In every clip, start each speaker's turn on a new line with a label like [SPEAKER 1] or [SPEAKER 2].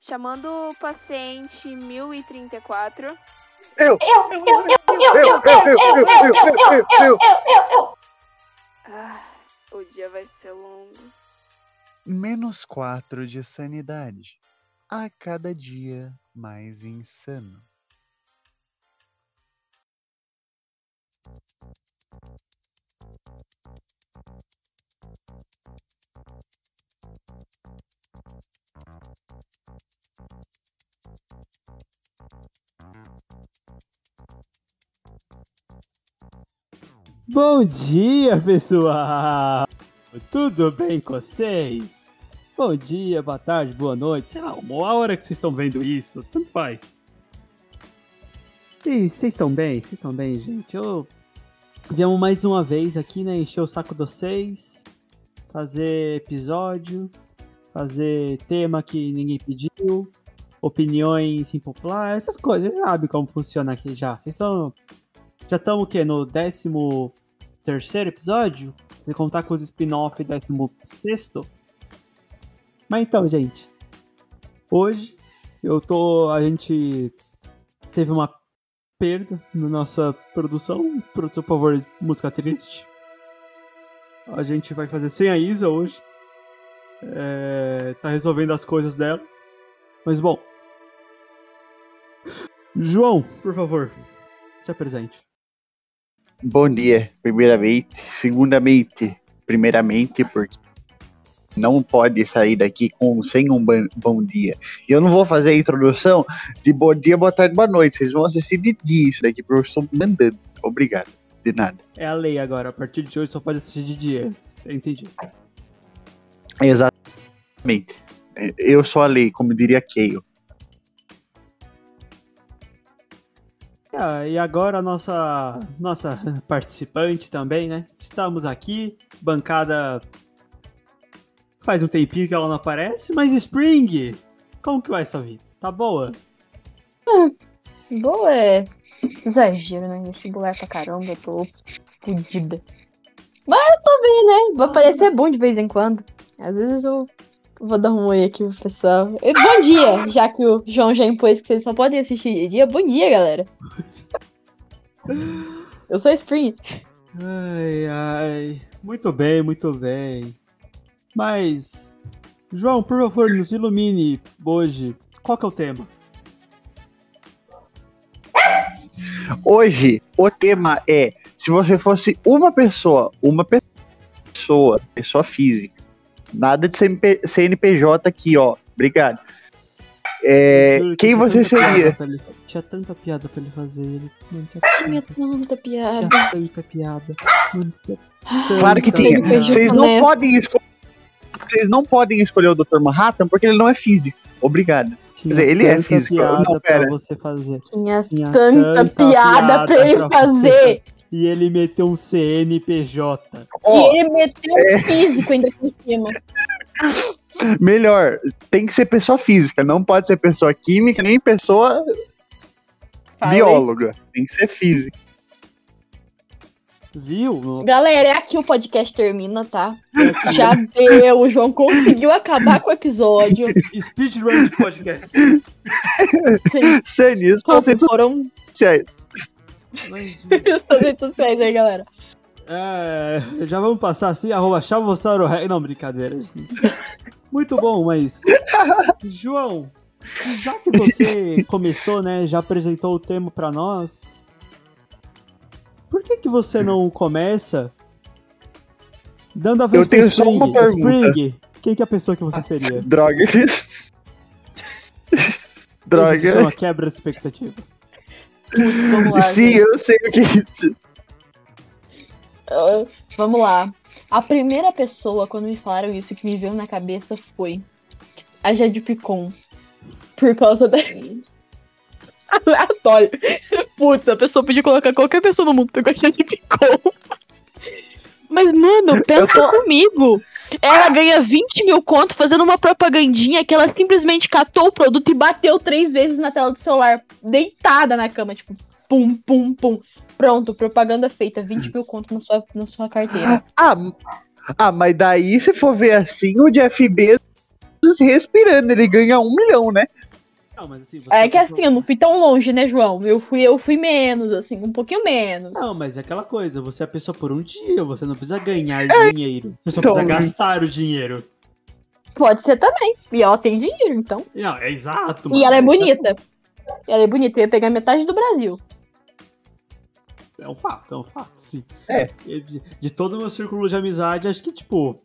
[SPEAKER 1] Chamando o paciente 1034.
[SPEAKER 2] Eu!
[SPEAKER 3] Eu, eu, eu, eu, eu, eu, eu, eu, eu, eu, eu, eu.
[SPEAKER 1] Ah, o dia vai ser longo.
[SPEAKER 4] Menos 4 de sanidade. A cada dia mais insano.
[SPEAKER 5] Bom dia, pessoal! Tudo bem com vocês? Bom dia, boa tarde, boa noite, sei lá, uma hora que vocês estão vendo isso, tanto faz. E vocês estão bem? Vocês estão bem, gente? Eu... Viemos mais uma vez aqui, né, encher o saco de vocês, fazer episódio, fazer tema que ninguém pediu, opiniões impopulares, essas coisas, vocês sabem como funciona aqui já. Vocês são já estamos o quê? No 13 terceiro episódio? Se contar com os spin-off 16 Mas então, gente. Hoje eu tô. A gente teve uma perda na nossa produção. Produção, por favor, música triste. A gente vai fazer sem a Isa hoje. É, tá resolvendo as coisas dela. Mas bom. João, por favor, se apresente.
[SPEAKER 4] Bom dia, primeiramente. Segundamente, primeiramente, porque não pode sair daqui com, sem um ban- bom dia. E eu não vou fazer a introdução de bom dia, boa tarde, boa noite. Vocês vão assistir de dia isso daqui, porque eu estou mandando. Obrigado. De nada.
[SPEAKER 5] É a lei agora. A partir de hoje só pode assistir de dia. Entendi.
[SPEAKER 4] Exatamente. É, Eu sou a lei, como diria Keio.
[SPEAKER 5] Ah, e agora a nossa, nossa participante também, né? Estamos aqui, bancada. Faz um tempinho que ela não aparece, mas Spring! Como que vai sua vida? Tá boa?
[SPEAKER 3] Boa é exagero, né? Vestibular pra caramba, eu tô fodida. Mas eu tô bem, né? Vou parecer bom de vez em quando. Às vezes eu vou dar um oi aqui pro pessoal. E Bom dia, já que o João já impôs que vocês só podem assistir de dia. Bom dia, galera. Eu sou a Spring.
[SPEAKER 5] Ai, ai. Muito bem, muito bem. Mas. João, por favor, nos ilumine hoje. Qual que é o tema?
[SPEAKER 4] Hoje, o tema é: se você fosse uma pessoa, uma pe- pessoa, pessoa física, nada de CNP CNPJ aqui, ó. Obrigado. É,
[SPEAKER 5] Juro que
[SPEAKER 4] quem
[SPEAKER 5] tinha
[SPEAKER 4] você
[SPEAKER 5] tanta
[SPEAKER 4] seria?
[SPEAKER 5] piada pra ele- Tinha tanta piada pra ele fazer. Ele não tinha
[SPEAKER 3] Tinha tanta
[SPEAKER 5] Tinha
[SPEAKER 3] piada.
[SPEAKER 5] tanta piada. Mano, tinha
[SPEAKER 4] Claro que
[SPEAKER 5] tanta
[SPEAKER 4] tinha.
[SPEAKER 5] piada.
[SPEAKER 3] Vocês
[SPEAKER 4] Vocês não
[SPEAKER 3] honesto.
[SPEAKER 4] podem escolher. Vocês não podem escolher o Dr. Manhattan porque ele não é físico. Obrigado.
[SPEAKER 5] Tinha
[SPEAKER 4] dizer, ele é
[SPEAKER 5] tanta
[SPEAKER 4] físico,
[SPEAKER 5] Piada
[SPEAKER 4] não,
[SPEAKER 5] pra
[SPEAKER 4] pera.
[SPEAKER 5] você fazer.
[SPEAKER 3] Tinha
[SPEAKER 5] Tinha
[SPEAKER 3] tanta, piada pra ele
[SPEAKER 5] você
[SPEAKER 3] fazer.
[SPEAKER 5] E ele meteu um CNPJ.
[SPEAKER 4] Ó,
[SPEAKER 3] e ele meteu um físico ainda por cima.
[SPEAKER 4] melhor, tem que ser pessoa física, não pode ser pessoa química, nem pessoa
[SPEAKER 3] Falei.
[SPEAKER 4] bióloga. Tem que ser física.
[SPEAKER 5] Viu?
[SPEAKER 3] Galera, é aqui o podcast termina, tá? Já deu, o João conseguiu acabar com o episódio.
[SPEAKER 5] Speedrun de podcast.
[SPEAKER 3] Vocês
[SPEAKER 4] Sênior,
[SPEAKER 3] só
[SPEAKER 4] só tem
[SPEAKER 3] foram
[SPEAKER 4] sociais.
[SPEAKER 3] suas redes sociais aí, galera.
[SPEAKER 5] É, já vamos passar assim, arroba Chavossauro Rei. Não, brincadeira. gente. Muito bom, mas. João, já que você começou, né? Já apresentou o tema pra nós. Por que que você não começa dando a vez
[SPEAKER 4] Eu tenho
[SPEAKER 5] pro
[SPEAKER 4] só
[SPEAKER 5] Spring?
[SPEAKER 4] uma pergunta. Ah,
[SPEAKER 5] Spring, quem que é a pessoa que você seria?
[SPEAKER 4] Droga.
[SPEAKER 5] Isso se
[SPEAKER 4] Droga.
[SPEAKER 5] chama quebra de expectativa.
[SPEAKER 3] Putz, vamos lá.
[SPEAKER 4] Sim, eu sei o que é isso.
[SPEAKER 3] Ah, vamos lá. A primeira pessoa, quando me falaram isso, que me veio na cabeça foi a Jade Picon. Por causa da. Aleatório. Puta, a pessoa podia colocar qualquer pessoa no mundo, pegou a Jade Picon. Mas, mano, pensa comigo. Ela ganha 20 mil conto fazendo uma propagandinha que ela simplesmente catou o produto e bateu três vezes na tela do celular, deitada na cama, tipo, pum, pum, pum. Pronto, propaganda feita, 20 mil conto na sua, na
[SPEAKER 4] tá
[SPEAKER 3] sua carteira.
[SPEAKER 4] Ah, ah, mas daí se for ver assim, o Jeff Bezos respirando, ele ganha um milhão, né?
[SPEAKER 5] Não, mas assim, você
[SPEAKER 3] É que
[SPEAKER 5] comprou-
[SPEAKER 3] assim, eu não fui tão longe, né, João? Eu fui, eu fui menos, assim, um pouquinho menos.
[SPEAKER 5] Não, mas é aquela coisa, você é a pessoa por um dia, você não precisa ganhar dinheiro. Você só
[SPEAKER 4] Então,
[SPEAKER 5] precisa
[SPEAKER 4] né?
[SPEAKER 5] gastar o dinheiro.
[SPEAKER 3] Pode ser também. E ela tem dinheiro, então.
[SPEAKER 5] Não, é exato.
[SPEAKER 3] E
[SPEAKER 5] mano.
[SPEAKER 3] ela é bonita. Ela é bonita, eu ia pegar metade do Brasil.
[SPEAKER 5] É um fato, é um fato, sim.
[SPEAKER 4] É.
[SPEAKER 5] Eu- De, de todo o meu círculo de amizade, acho que, tipo,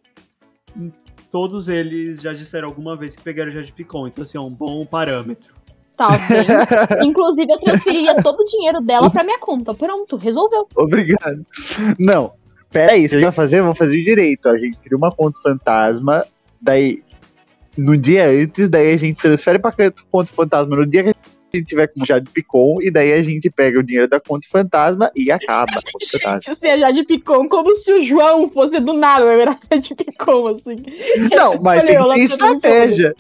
[SPEAKER 5] hum, todos eles já disseram alguma vez que pegaram já de picon. Então, assim, é um bom parâmetro.
[SPEAKER 3] Tá bem. Inclusive, eu transferiria todo o dinheiro dela pra minha conta. Pronto, resolveu.
[SPEAKER 4] Obrigado. Não, peraí, se a gente vai fazer, vamos fazer direito. A gente cria uma conta fantasma, daí no dia antes, daí a gente transfere pra canto- conta fantasma no dia que a gente tiver com já de Picon, e daí a gente pega o dinheiro da conta fantasma e acaba a conta fantasma.
[SPEAKER 3] Gente, você é Jade Picon, como se o João fosse do nada, eu era Jade Picon, assim.
[SPEAKER 4] Não, mas tem
[SPEAKER 3] um
[SPEAKER 4] que ter estratégia.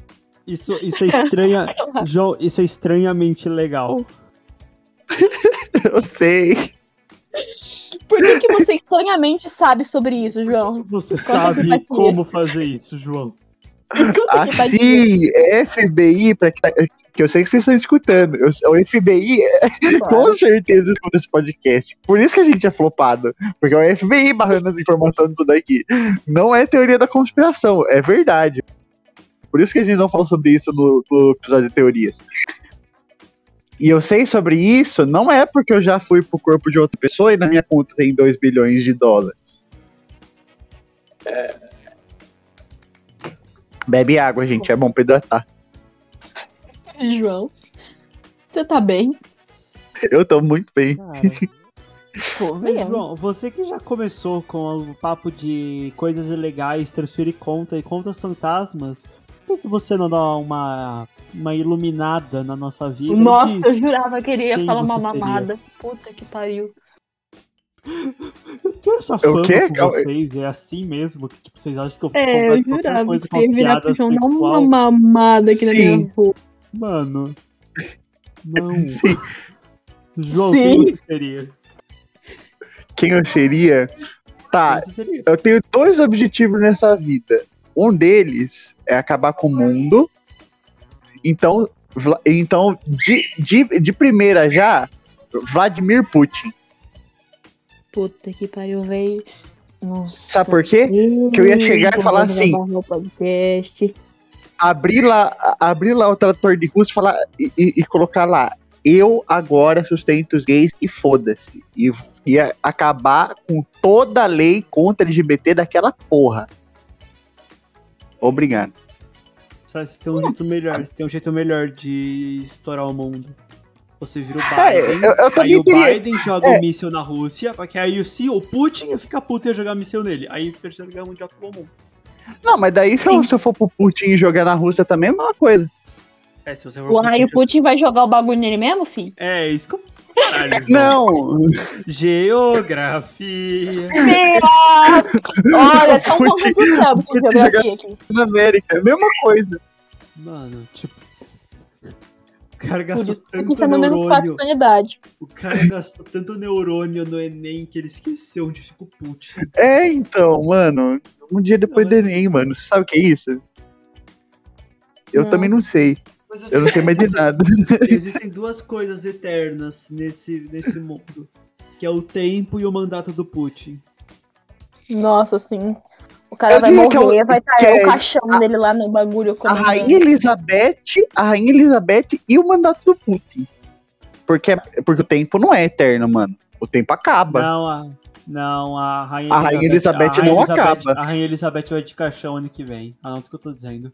[SPEAKER 5] Isso, isso é estranha. João, isso é estranhamente legal.
[SPEAKER 4] Eu sei.
[SPEAKER 3] Por que, que você estranhamente sabe sobre isso, João?
[SPEAKER 5] Você
[SPEAKER 3] Conta que
[SPEAKER 5] sabe
[SPEAKER 3] vai
[SPEAKER 5] como fazer isso, João.
[SPEAKER 3] Conta que vai dizer.
[SPEAKER 4] Assim, FBI, pra que, tá- que eu sei que vocês estão escutando. Eu- é o FBI com certeza escuta esse podcast. Por isso que a gente é flopado. Porque é o FBI barrando as informações disso daqui. Não é teoria da conspiração, é verdade. Por isso que a gente não falou sobre isso no, no episódio de teorias. E eu sei sobre isso, não é porque eu já fui pro corpo de outra pessoa e na minha conta tem 2 bilhões de dólares. É. Bebe água, gente, é bom pra hidratar.
[SPEAKER 3] João. Você tá bem?
[SPEAKER 4] Eu tô muito bem.
[SPEAKER 5] Cara.
[SPEAKER 3] Pô,
[SPEAKER 5] Mas,
[SPEAKER 3] mesmo.
[SPEAKER 5] João, você que já começou com o papo de coisas ilegais, transferir conta e contas fantasmas, por que você não dá uma, uma iluminada na nossa vida?
[SPEAKER 3] Nossa, eu jurava que ele ia
[SPEAKER 5] Quem
[SPEAKER 3] falar uma
[SPEAKER 5] você seria?
[SPEAKER 3] mamada. Puta que pariu.
[SPEAKER 5] eu tenho essa fama
[SPEAKER 4] quê?
[SPEAKER 5] com
[SPEAKER 4] Calma aí.
[SPEAKER 5] vocês, é assim mesmo? Que, tipo, vocês acham que eu fico
[SPEAKER 3] É, eu
[SPEAKER 5] comprando qualquer
[SPEAKER 3] jurava
[SPEAKER 5] coisa
[SPEAKER 3] que
[SPEAKER 5] com
[SPEAKER 3] você ia virar pro
[SPEAKER 5] piada
[SPEAKER 3] João dar uma
[SPEAKER 5] sexual?
[SPEAKER 3] mamada aqui na minha
[SPEAKER 4] Sim.
[SPEAKER 3] boca.
[SPEAKER 5] Mano, não.
[SPEAKER 4] Sim.
[SPEAKER 5] João,
[SPEAKER 3] Sim.
[SPEAKER 5] quem você seria?
[SPEAKER 4] Quem eu seria? Tá,
[SPEAKER 5] Quem você seria?
[SPEAKER 4] eu tenho dois objetivos nessa vida. Um deles é acabar com o mundo. Então, Vla- então de, de, de primeira já, Vladimir Putin.
[SPEAKER 3] Puta que pariu, véi. Nossa.
[SPEAKER 4] Sabe por quê? Que eu ia chegar e
[SPEAKER 3] Como
[SPEAKER 4] falar
[SPEAKER 3] vou
[SPEAKER 4] assim.
[SPEAKER 3] gravar meu podcast.
[SPEAKER 4] Abrir lá, a- abrir lá o trator de russo e falar, e, e- e colocar lá. Eu agora sustento os gays e foda-se. E ia acabar com toda a lei contra LGBT daquela porra. Obrigado.
[SPEAKER 5] Sabe, Você tem um jeito melhor, você tem um jeito melhor de estourar o mundo. Você vira o
[SPEAKER 4] Ah,
[SPEAKER 5] Biden,
[SPEAKER 4] É, eu- eu
[SPEAKER 5] aí
[SPEAKER 4] também
[SPEAKER 5] o
[SPEAKER 4] queria-
[SPEAKER 5] Biden joga
[SPEAKER 4] é.
[SPEAKER 5] um míssil na Rússia, porque aí o se o Putin fica puto e ia jogar míssil nele. Aí terceiro lugar mundial acabou o mundo.
[SPEAKER 4] Não, mas daí se eu, se eu for pro Putin jogar na Rússia também é a mesma coisa.
[SPEAKER 5] É, se você for
[SPEAKER 3] Uai, o
[SPEAKER 5] joga-
[SPEAKER 3] Putin vai jogar o bagulho nele mesmo, fi?
[SPEAKER 5] É, isso que eu... Caralho, João.
[SPEAKER 4] Não,
[SPEAKER 5] Geografia.
[SPEAKER 3] Olha, estão
[SPEAKER 4] Putin-
[SPEAKER 3] contando pro Trump de
[SPEAKER 4] Putin
[SPEAKER 3] geografia aqui.
[SPEAKER 4] na América, é a mesma coisa.
[SPEAKER 5] Mano, tipo... O cara
[SPEAKER 3] Por
[SPEAKER 5] gastou
[SPEAKER 3] isso que
[SPEAKER 5] tanto
[SPEAKER 3] tá no menos 4
[SPEAKER 5] neurônio.
[SPEAKER 3] sanidade.
[SPEAKER 5] O cara gastou tanto neurônio no Enem que ele esqueceu onde fica o Putin.
[SPEAKER 4] É, então, mano, um dia depois
[SPEAKER 5] Não, mas-
[SPEAKER 4] do Enem, mano, você sabe o que é isso? Eu
[SPEAKER 3] Não.
[SPEAKER 4] também não sei,
[SPEAKER 5] Mas eu
[SPEAKER 4] eu não sei mais de nada.
[SPEAKER 5] Existem duas coisas eternas nesse, nesse mundo. Que é o tempo e o mandato do Putin.
[SPEAKER 3] Nossa, sim. O cara
[SPEAKER 4] Eu
[SPEAKER 3] vai
[SPEAKER 4] diria que é o-
[SPEAKER 3] morrer, vai
[SPEAKER 4] que
[SPEAKER 3] estar
[SPEAKER 4] é-
[SPEAKER 3] o caixão dele lá no bagulho.
[SPEAKER 4] A
[SPEAKER 3] comandando.
[SPEAKER 4] Rainha Elizabeth, a Rainha Elizabeth e o mandato do Putin. Porque, porque o tempo não é eterno, mano. O tempo acaba.
[SPEAKER 5] Não, a, não, a Rainha
[SPEAKER 4] A Rainha Elizabeth
[SPEAKER 5] a Rainha
[SPEAKER 4] não
[SPEAKER 5] Elizabeth-
[SPEAKER 4] acaba.
[SPEAKER 5] A Rainha Elizabeth vai de caixão ano que vem. Ah, Anota o que eu tô dizendo.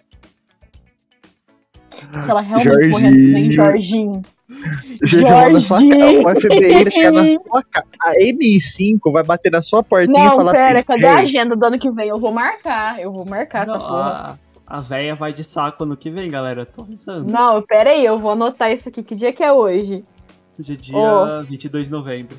[SPEAKER 3] Se ela realmente morrer, vem Jorginho.
[SPEAKER 4] Jorge, vai na sua ca-
[SPEAKER 3] Jorge!
[SPEAKER 4] o FBI vai chegar na sua casa. A MI5 vai bater na sua portinha e
[SPEAKER 3] Não,
[SPEAKER 4] falar
[SPEAKER 3] pera,
[SPEAKER 4] assim:
[SPEAKER 3] cadê a
[SPEAKER 4] "Hey,
[SPEAKER 3] agenda do ano que vem? Eu vou marcar, eu vou marcar essa
[SPEAKER 5] Não,
[SPEAKER 3] porra.
[SPEAKER 5] a, a véia vai de saco ano que vem, galera. Tô avisando.
[SPEAKER 3] Não, pera aí, eu vou anotar isso aqui. Que dia que é hoje?
[SPEAKER 5] Hoje é dia
[SPEAKER 3] Ô.
[SPEAKER 5] 22 de novembro.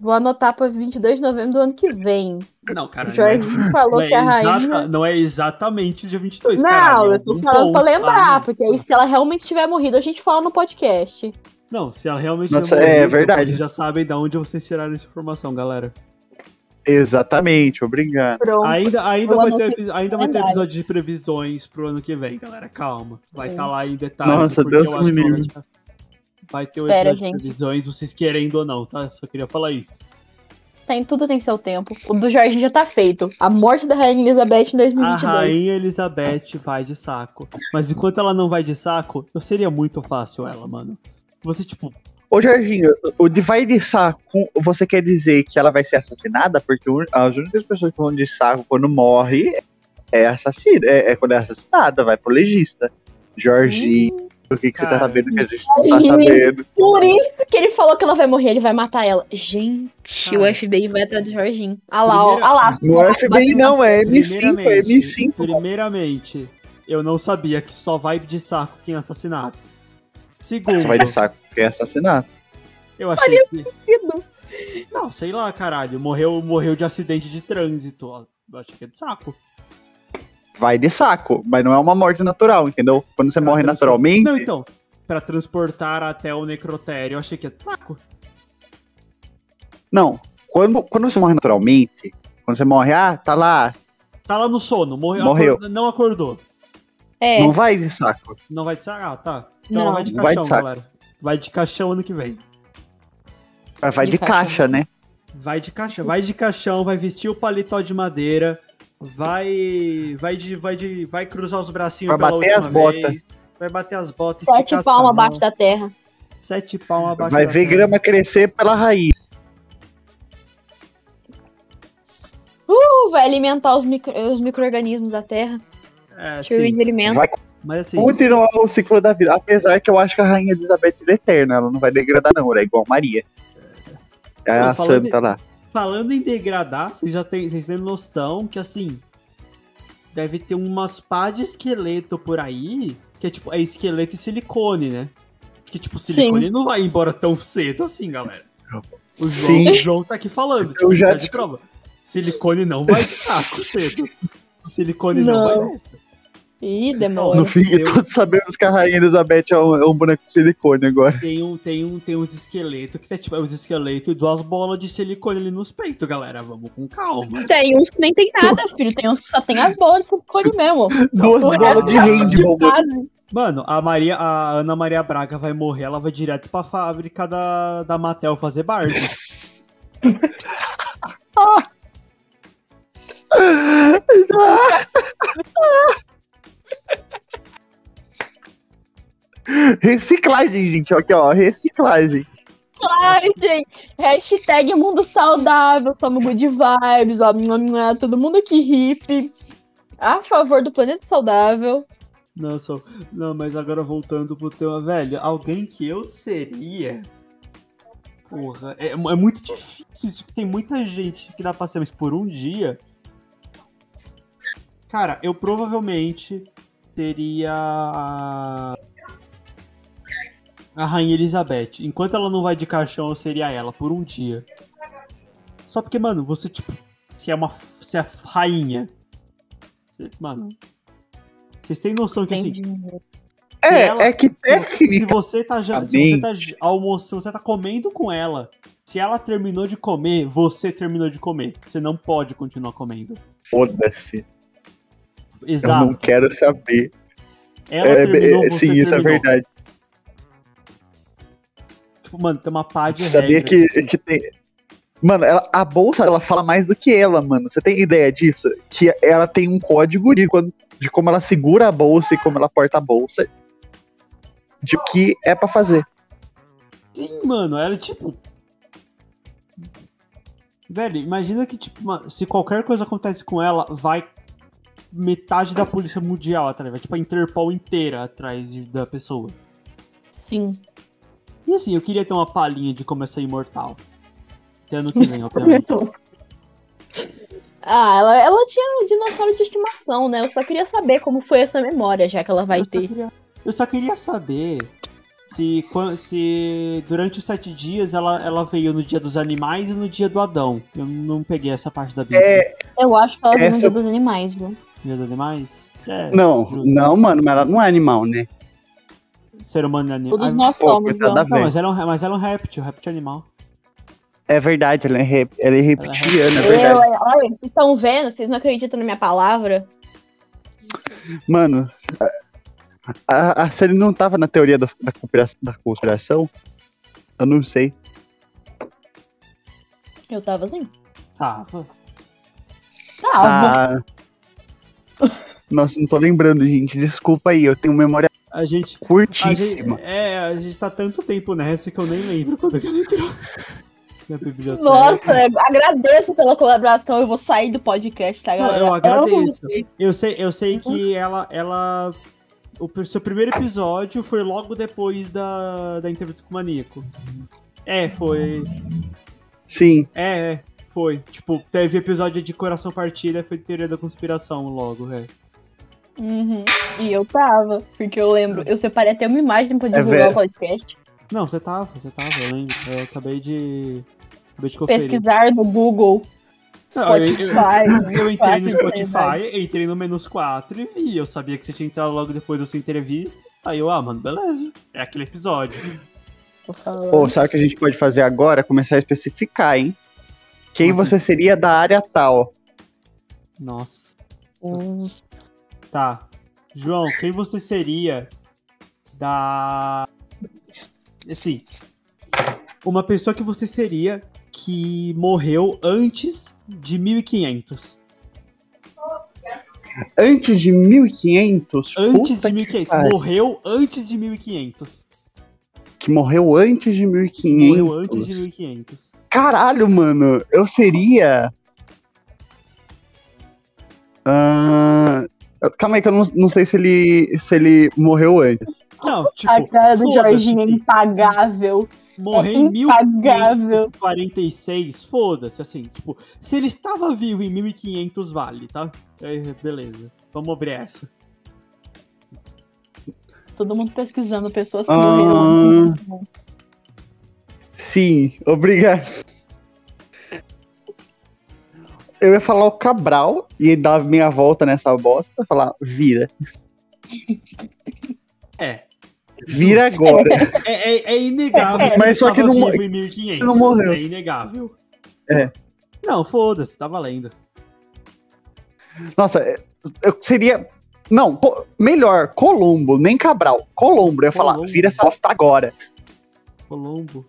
[SPEAKER 3] Vou anotar pra 22 de novembro do ano que vem.
[SPEAKER 5] Não, cara.
[SPEAKER 3] O
[SPEAKER 5] não é-
[SPEAKER 3] Jorginho falou
[SPEAKER 5] Não é,
[SPEAKER 3] que a rainha.
[SPEAKER 5] exata- não é exatamente dia 22,
[SPEAKER 3] Não,
[SPEAKER 5] caralho, é
[SPEAKER 3] eu tô
[SPEAKER 5] algum
[SPEAKER 3] falando pra
[SPEAKER 5] ponto,
[SPEAKER 3] lembrar,
[SPEAKER 4] né?
[SPEAKER 5] tá?
[SPEAKER 3] porque é aí se ela realmente tiver morrido, a gente fala no podcast.
[SPEAKER 5] Não, se ela realmente
[SPEAKER 4] Nossa,
[SPEAKER 5] vai morrer,
[SPEAKER 4] é verdade.
[SPEAKER 5] Vocês já sabem de onde vocês tiraram essa informação, galera.
[SPEAKER 4] Exatamente, obrigado.
[SPEAKER 6] Pronto.
[SPEAKER 5] Ainda, ainda,
[SPEAKER 3] Eu
[SPEAKER 5] vai, ter,
[SPEAKER 3] anotei
[SPEAKER 5] epi- ainda vai ter
[SPEAKER 3] calendário.
[SPEAKER 5] episódio de previsões pro ano que vem, galera. Calma. Vai
[SPEAKER 3] Sim.
[SPEAKER 5] estar lá em detalhes.
[SPEAKER 4] Nossa,
[SPEAKER 5] porque
[SPEAKER 4] Deus
[SPEAKER 5] eu acho
[SPEAKER 4] me
[SPEAKER 5] que
[SPEAKER 4] livre.
[SPEAKER 5] vai- Vai ter o
[SPEAKER 3] Espera,
[SPEAKER 5] episódio de
[SPEAKER 3] gente.
[SPEAKER 5] previsões, vocês querendo ou não, tá? Só queria falar isso.
[SPEAKER 3] Tem, tudo tem seu tempo. O do Jorginho já tá feito. A morte da Rainha Elizabeth em
[SPEAKER 5] A
[SPEAKER 3] 2022.
[SPEAKER 5] rainha Elizabeth vai de saco. Mas enquanto ela não vai de saco, eu seria muito fácil ela, mano. Você, tipo,
[SPEAKER 4] Ô Jorginho, o de vai de saco, você quer dizer que ela vai ser assassinada? Porque o- as únicas pessoas que vão de saco quando morre é assassina, é, é quando é assassinada, vai pro legista. Jorginho, o que, que você tá
[SPEAKER 5] Cara.
[SPEAKER 4] sabendo que a gente não tá
[SPEAKER 3] Jorginho.
[SPEAKER 4] sabendo?
[SPEAKER 3] Por isso que ele falou que ela vai morrer, ele vai matar ela. Gente,
[SPEAKER 5] Cara.
[SPEAKER 3] o FBI vai atrás do Jorginho. Ah lá, ó.
[SPEAKER 5] Primeira-
[SPEAKER 3] Ah lá.
[SPEAKER 4] Não é FBI não, é M5, é
[SPEAKER 5] primeiramente,
[SPEAKER 4] M5.
[SPEAKER 5] primeiramente, eu não sabia que só vai de saco quem é assassinado. Segundo,
[SPEAKER 4] Você vai de saco porque é assassinato.
[SPEAKER 5] eu achei que...
[SPEAKER 6] Duvido.
[SPEAKER 5] Não, sei lá, caralho. Morreu, morreu de acidente de trânsito. ó. Eu achei que é de saco.
[SPEAKER 4] Vai de saco, mas não é uma morte natural, entendeu? Quando você
[SPEAKER 5] Pra
[SPEAKER 4] morre
[SPEAKER 5] transpor-
[SPEAKER 4] naturalmente,
[SPEAKER 5] Não, então. Pra transportar até o necrotério, eu achei que é de saco.
[SPEAKER 4] Não. Quando, quando você morre naturalmente, quando você morre, ah, tá lá,
[SPEAKER 5] Tá lá no sono, morreu.
[SPEAKER 4] Morreu.
[SPEAKER 5] acorda- não acordou.
[SPEAKER 3] É,
[SPEAKER 4] não vai de saco.
[SPEAKER 5] Não vai de saco? Ah, tá. Então
[SPEAKER 3] Não.
[SPEAKER 5] ela vai de
[SPEAKER 4] Vai de
[SPEAKER 5] caixão,
[SPEAKER 4] saco.
[SPEAKER 5] galera. Vai de caixão ano que vem.
[SPEAKER 4] Mas vai de,
[SPEAKER 3] De
[SPEAKER 4] caixa,
[SPEAKER 3] caixa.
[SPEAKER 4] né?
[SPEAKER 5] Vai de caixão, vai de caixão, vai vestir o paletó de madeira, vai vai de vai de vai cruzar os bracinhos
[SPEAKER 4] Vai
[SPEAKER 5] pela
[SPEAKER 4] bater
[SPEAKER 5] última
[SPEAKER 4] as botas.
[SPEAKER 5] vez, vai bater as botas,
[SPEAKER 3] sete
[SPEAKER 5] esticar as
[SPEAKER 3] palmas
[SPEAKER 5] pernas,
[SPEAKER 3] abaixo da terra.
[SPEAKER 5] sete palmas abaixo
[SPEAKER 4] Vai
[SPEAKER 5] da
[SPEAKER 4] ver
[SPEAKER 5] terra.
[SPEAKER 4] grama crescer pela raiz.
[SPEAKER 3] Uh, vai alimentar os, micro, os micro-organismos da terra.
[SPEAKER 4] Ah,
[SPEAKER 5] É,
[SPEAKER 3] Tira
[SPEAKER 5] sim.
[SPEAKER 3] de alimento.
[SPEAKER 4] Vai
[SPEAKER 5] Mas assim,
[SPEAKER 4] continuar o ciclo da vida. Apesar que eu acho que a rainha Elizabeth é eterna, ela não vai degradar, não. Ela é igual Maria. É
[SPEAKER 5] Não,
[SPEAKER 4] a
[SPEAKER 5] falando
[SPEAKER 4] santa lá.
[SPEAKER 5] falando em degradar, vocês já têm, vocês têm noção que assim deve ter umas pá de esqueleto por aí, que é tipo é esqueleto e silicone, né? Que tipo silicone não vai embora tão cedo assim, galera. O João,
[SPEAKER 4] Sim.
[SPEAKER 5] o João tá aqui falando, tipo,
[SPEAKER 4] Eu já
[SPEAKER 5] tá de
[SPEAKER 4] te-
[SPEAKER 5] prova. Silicone não vai de saco cedo. Silicone não,
[SPEAKER 3] Não.
[SPEAKER 5] vai nessa.
[SPEAKER 3] Ih,
[SPEAKER 4] No
[SPEAKER 3] demônio.
[SPEAKER 4] fim,
[SPEAKER 5] eu-
[SPEAKER 4] todos sabemos que a rainha Elizabeth é um, é um boneco de silicone agora.
[SPEAKER 5] Tem, um, tem, um, tem uns esqueletos que tá tipo, é uns esqueletos e duas bolas de silicone ali nos peitos, galera. Vamos com calma.
[SPEAKER 6] Tem uns que nem tem nada.
[SPEAKER 3] Nada, filho. Tem uns que só tem as bolas de silicone mesmo. é
[SPEAKER 4] Duas
[SPEAKER 5] porra,
[SPEAKER 4] bolas de
[SPEAKER 5] tá
[SPEAKER 4] handball. mano.
[SPEAKER 3] Quase.
[SPEAKER 5] Mano, a Maria, a Ana Maria Braga vai morrer, ela vai direto pra fábrica da, da Mattel fazer Barbie.
[SPEAKER 4] Reciclagem, gente. Aqui, ó. Reciclagem.
[SPEAKER 3] Ai, gente. Hashtag mundo saudável. Somos good vibes. Ó, Mua, mua. todo mundo aqui hippie. A favor do planeta saudável.
[SPEAKER 5] Não, só. Não, mas agora voltando pro tema, velho, alguém que eu seria. Porra, é, é muito difícil isso, porque tem muita gente que dá pra ser, mas por um dia. Cara, eu provavelmente teria. a- A Rainha Elizabeth. Enquanto ela não vai de caixão, eu seria ela, por um dia. Só porque, mano, você, tipo. Você é uma. Você é rainha. Você- mano. Vocês têm noção que, assim,
[SPEAKER 3] Entendi.
[SPEAKER 5] Se
[SPEAKER 4] É,
[SPEAKER 5] ela-
[SPEAKER 4] é que
[SPEAKER 5] se- se
[SPEAKER 4] técnica.
[SPEAKER 5] você tá já, se você tá j- almoço, se você tá comendo com ela, se ela terminou de comer, você terminou de comer. Você não pode continuar comendo.
[SPEAKER 4] Foda-se. Eu não
[SPEAKER 5] Exato.
[SPEAKER 4] quero saber.
[SPEAKER 5] Ela
[SPEAKER 4] É,
[SPEAKER 5] terminou,
[SPEAKER 4] é, sim,
[SPEAKER 5] você terminou.
[SPEAKER 4] isso é verdade.
[SPEAKER 5] Tipo, mano, tem uma pá de
[SPEAKER 4] Sabia
[SPEAKER 5] regra.
[SPEAKER 4] que,
[SPEAKER 5] assim.
[SPEAKER 4] que tem. Mano, ela- a bolsa ela fala mais do que ela, mano. Você tem ideia disso? Que ela tem um código de, quando- de como ela segura a bolsa e como ela porta a bolsa. De o que é pra fazer.
[SPEAKER 5] Sim, mano, ela tipo... Velho, imagina que, tipo, uma- se qualquer coisa acontece com ela, vai metade da polícia mundial atrás, vai tipo a Interpol inteira atrás de- da pessoa.
[SPEAKER 3] Sim.
[SPEAKER 5] E assim, eu queria ter uma palhinha de como é ser imortal. Até ano que vem, obviamente.
[SPEAKER 3] Ah, ela, ela tinha um dinossauro de estimação, né? Eu só queria saber como foi essa memória, já que ela vai
[SPEAKER 5] eu, só
[SPEAKER 3] ter.
[SPEAKER 5] queria, eu só queria saber se, quan- se durante os sete dias ela, ela veio no dia dos animais e no dia do Adão. Eu não peguei essa parte da Bíblia.
[SPEAKER 4] É,
[SPEAKER 3] Eu acho que ela viu no
[SPEAKER 4] Essa-
[SPEAKER 3] dia dos animais, viu?
[SPEAKER 5] Dia dos animais? É,
[SPEAKER 7] Não,
[SPEAKER 5] justo.
[SPEAKER 7] não, mano, mas ela não é animal, né?
[SPEAKER 5] Ser humano e animal.
[SPEAKER 3] Todos nós
[SPEAKER 4] pô,
[SPEAKER 5] Ah,
[SPEAKER 3] somos,
[SPEAKER 4] coitada
[SPEAKER 3] João.
[SPEAKER 4] da
[SPEAKER 5] Não,
[SPEAKER 4] velha.
[SPEAKER 5] mas ela, é um, mas ela é um réptil, réptil animal.
[SPEAKER 4] É verdade, ela é, re- ela é reptiliana, é
[SPEAKER 3] Eu,
[SPEAKER 4] verdade.
[SPEAKER 3] olha, vocês estão vendo? Vocês não acreditam na minha palavra?
[SPEAKER 4] Mano, a- a, a série não tava na teoria da, da, conspira- da conspiração? Eu não sei.
[SPEAKER 3] Eu tava assim. tá,
[SPEAKER 5] Tá.
[SPEAKER 3] Tava.
[SPEAKER 4] Ah. Nossa, não tô lembrando, gente. Desculpa aí, eu tenho memória
[SPEAKER 5] A gente. A gente,
[SPEAKER 4] curtíssima.
[SPEAKER 5] é, a gente tá tanto tempo nessa que eu nem lembro quando que ela entrou. Na biblioteca.
[SPEAKER 3] Nossa, eu agradeço pela colaboração. Eu vou sair do podcast, tá,
[SPEAKER 5] Não,
[SPEAKER 3] galera?
[SPEAKER 5] eu agradeço.
[SPEAKER 3] vocês.
[SPEAKER 5] Eu sei, eu sei que ela, ela. O pr- seu primeiro episódio foi logo depois da, da entrevista com o Maníaco. É, foi.
[SPEAKER 4] Sim,
[SPEAKER 5] É, é, foi. Tipo, teve episódio de Coração Partida, foi Teoria da Conspiração logo, é.
[SPEAKER 3] Uhum. E eu tava, porque eu lembro. Eu separei até uma imagem
[SPEAKER 5] É
[SPEAKER 3] pra divulgar
[SPEAKER 4] velho.
[SPEAKER 3] o podcast.
[SPEAKER 5] Não, você tava, você tava, eu lembro. Eu acabei de. Acabei de conferir.
[SPEAKER 3] Pesquisar no Google.
[SPEAKER 5] Não, eu- eu-
[SPEAKER 3] Spotify.
[SPEAKER 5] Eu entrei no
[SPEAKER 3] Spotify,
[SPEAKER 5] Spotify, entrei no menos 4 e vi. Eu sabia que você tinha entrado logo depois da sua entrevista. Aí eu, ah, mano, beleza. É aquele episódio.
[SPEAKER 3] Tô falando.
[SPEAKER 4] Pô, sabe o que a gente pode fazer agora? Começar a especificar, hein? Quem
[SPEAKER 5] Nossa.
[SPEAKER 4] você seria da área tal?
[SPEAKER 5] Nossa.
[SPEAKER 3] Hum.
[SPEAKER 4] tipo,
[SPEAKER 5] Tá. João, quem você seria da. Assim. Uma pessoa que você seria que morreu antes de 1500.
[SPEAKER 4] Antes de 1500?
[SPEAKER 5] Antes
[SPEAKER 4] Puta
[SPEAKER 5] de
[SPEAKER 4] que
[SPEAKER 5] 1500.
[SPEAKER 4] pariu.
[SPEAKER 5] Morreu antes de 1500.
[SPEAKER 4] Que morreu antes de 1500?
[SPEAKER 5] Morreu antes de 1500.
[SPEAKER 4] Caralho, mano, eu seria. Ah, calma aí, que eu não, não sei se ele, se ele morreu antes.
[SPEAKER 5] Não, tipo.
[SPEAKER 3] A cara do
[SPEAKER 5] foda-se, assim,
[SPEAKER 3] Jorginho
[SPEAKER 4] tipo,
[SPEAKER 3] é impagável.
[SPEAKER 5] Morrer
[SPEAKER 3] É
[SPEAKER 5] em
[SPEAKER 3] impagável.
[SPEAKER 5] 1546, foda-se, assim, tipo, se ele estava vivo em 1500, vale, tá? É, beleza, vamos abrir essa.
[SPEAKER 3] Todo mundo pesquisando pessoas que morreram antes.
[SPEAKER 4] Ah, sim, obrigado. Eu ia falar o Cabral e dar a minha volta nessa bosta, falar, vira.
[SPEAKER 5] É,
[SPEAKER 4] Vira agora.
[SPEAKER 5] é, é, é inegável que
[SPEAKER 4] Mas
[SPEAKER 5] ele
[SPEAKER 4] só que
[SPEAKER 5] estava
[SPEAKER 4] não mo-
[SPEAKER 5] vivo em 1500,
[SPEAKER 4] não morreu.
[SPEAKER 5] é inegável.
[SPEAKER 4] É.
[SPEAKER 5] Não, foda-se, tá valendo.
[SPEAKER 4] Nossa, eu seria. Não, pô, melhor, Colombo, nem Cabral. Colombo, eu ia falar,
[SPEAKER 5] Colombo.
[SPEAKER 4] vira essa bosta agora.
[SPEAKER 5] Colombo.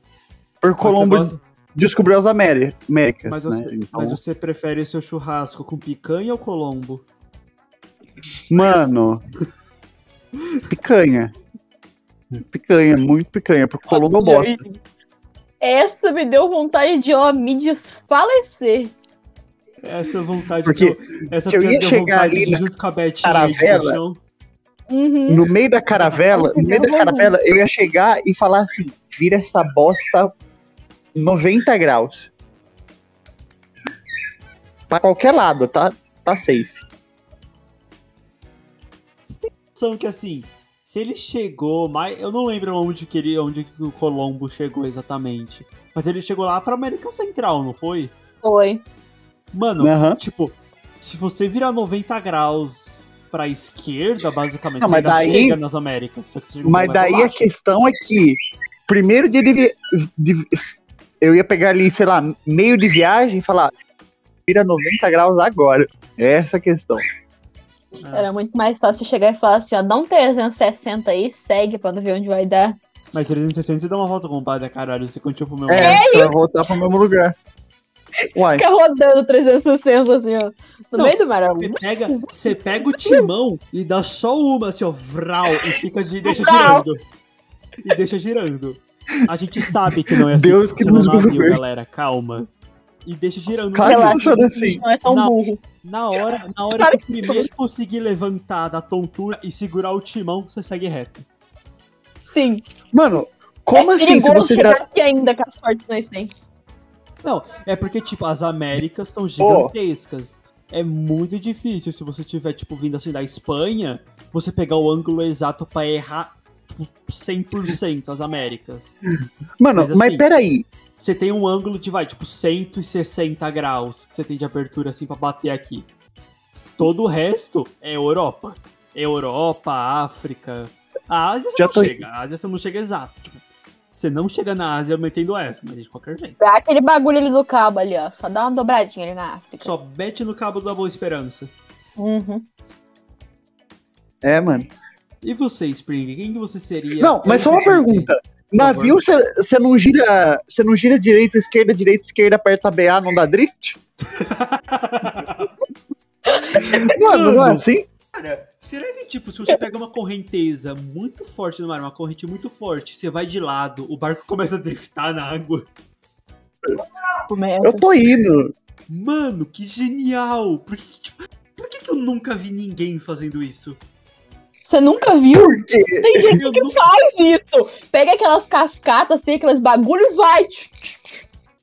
[SPEAKER 4] Por Colombo
[SPEAKER 5] mas você, gosta-
[SPEAKER 4] descobriu as Améri- Américas,
[SPEAKER 5] mas
[SPEAKER 4] né?
[SPEAKER 5] você-
[SPEAKER 4] Então,
[SPEAKER 5] mas você prefere seu churrasco com picanha ou colombo?
[SPEAKER 4] Mano, picanha. Picanha, muito picanha, porque Colombo eu bosta.
[SPEAKER 3] Essa me deu vontade de, ó, me desfalecer.
[SPEAKER 5] Essa vontade
[SPEAKER 4] Porque
[SPEAKER 5] deu- essa
[SPEAKER 4] que eu
[SPEAKER 5] piada
[SPEAKER 4] ia
[SPEAKER 5] deu
[SPEAKER 4] chegar
[SPEAKER 5] vontade
[SPEAKER 4] ali
[SPEAKER 5] de,
[SPEAKER 4] na
[SPEAKER 5] junto com a Betinha de
[SPEAKER 4] caravela,
[SPEAKER 5] colchão.
[SPEAKER 3] Uhum.
[SPEAKER 4] no meio da caravela, no meio da caravela, eu ia chegar e falar assim, vira essa bosta 90 graus. Pra qualquer lado, tá? Tá safe.
[SPEAKER 5] noção que assim, se ele chegou, mas eu não lembro onde que ele, onde que o Colombo chegou exatamente, mas ele chegou lá pra América Central, não foi?
[SPEAKER 3] Foi.
[SPEAKER 5] Mano,
[SPEAKER 4] Aham.
[SPEAKER 5] tipo, se você virar 90 graus pra esquerda, basicamente,
[SPEAKER 4] Não,
[SPEAKER 5] você
[SPEAKER 4] mas
[SPEAKER 5] ainda
[SPEAKER 4] daí-
[SPEAKER 5] chega nas Américas. Só que você chega um
[SPEAKER 4] Mas
[SPEAKER 5] pouco
[SPEAKER 4] daí
[SPEAKER 5] mais pra
[SPEAKER 4] a
[SPEAKER 5] baixo.
[SPEAKER 4] questão é que, primeiro dia de, vi- de- Eu ia pegar ali, sei lá, meio de viagem e falar, vira 90 graus agora. Essa é a questão. Ah.
[SPEAKER 3] Era muito mais fácil chegar e falar assim, ó, dá um 360 aí, segue pra não ver onde vai dar.
[SPEAKER 5] Mas 360 dá uma volta com o padre, caralho, você continua pro meu lado.
[SPEAKER 4] É, pra voltar pro mesmo lugar. Uai,
[SPEAKER 3] Fica rodando 360 assim, ó. No
[SPEAKER 5] Não,
[SPEAKER 3] meio do mar. ó.
[SPEAKER 5] Você pega, você pega o timão e dá só uma, assim, ó, vral, e fica de, deixa
[SPEAKER 3] Vral.
[SPEAKER 5] girando. E deixa girando. A gente sabe que não é assim
[SPEAKER 4] Deus que
[SPEAKER 5] funciona
[SPEAKER 4] nos
[SPEAKER 5] o navio,
[SPEAKER 4] governe.
[SPEAKER 5] galera, calma. E deixa girando.
[SPEAKER 4] Claro que funciona assim.
[SPEAKER 3] Não é tão
[SPEAKER 5] Não.
[SPEAKER 3] burro.
[SPEAKER 5] Na hora, na hora
[SPEAKER 3] Claro
[SPEAKER 5] que o primeiro conseguir levantar da tontura e segurar o timão, você segue reto.
[SPEAKER 3] Sim.
[SPEAKER 4] Mano, como
[SPEAKER 3] é
[SPEAKER 4] assim? Se
[SPEAKER 3] perigoso
[SPEAKER 4] você
[SPEAKER 3] chegar
[SPEAKER 4] virar.
[SPEAKER 3] aqui ainda com a sorte nós tem.
[SPEAKER 5] É porque, tipo, as Américas são gigantescas. É muito difícil se você tiver, tipo, vindo assim da Espanha, você pegar o ângulo exato pra errar tipo, 100% as Américas.
[SPEAKER 4] Mano,
[SPEAKER 5] Mas
[SPEAKER 4] mas,
[SPEAKER 5] assim-
[SPEAKER 4] peraí.
[SPEAKER 5] Você tem um ângulo de, vai, tipo, 160 graus que você tem de abertura, assim, pra bater aqui. Todo o resto é Europa. É Europa, África. A Ásia você
[SPEAKER 4] Já
[SPEAKER 5] não
[SPEAKER 4] tô-
[SPEAKER 5] chega. A Ásia você não chega exato. Tipo, Você não chega na Ásia metendo essa, mas de qualquer jeito.
[SPEAKER 3] Dá É aquele bagulho ali do cabo ali, ó. Só dá uma dobradinha ali na África.
[SPEAKER 5] Só mete no cabo da Boa Esperança.
[SPEAKER 3] Uhum.
[SPEAKER 4] É, mano.
[SPEAKER 5] E você, Spring? Quem que você seria?
[SPEAKER 4] Não, mas só uma pergunta. Navio, você não gira. Você não gira direita, esquerda, direita, esquerda, aperta BA, não dá drift? Mano, não é assim?
[SPEAKER 5] Cara, será que, tipo, se você pega uma correnteza muito forte no mar, uma corrente muito forte, você vai de lado, o barco começa a driftar na água?
[SPEAKER 3] Começa.
[SPEAKER 4] Eu tô indo.
[SPEAKER 5] Mano, que genial! Por que, que, tipo, por que, que eu nunca vi ninguém fazendo isso?
[SPEAKER 3] Você nunca viu?
[SPEAKER 4] Porque
[SPEAKER 3] Tem gente
[SPEAKER 5] Eu
[SPEAKER 3] que
[SPEAKER 5] nunca-
[SPEAKER 3] faz isso. Pega aqulas cascatas, assim, aqueles bagulho e vai.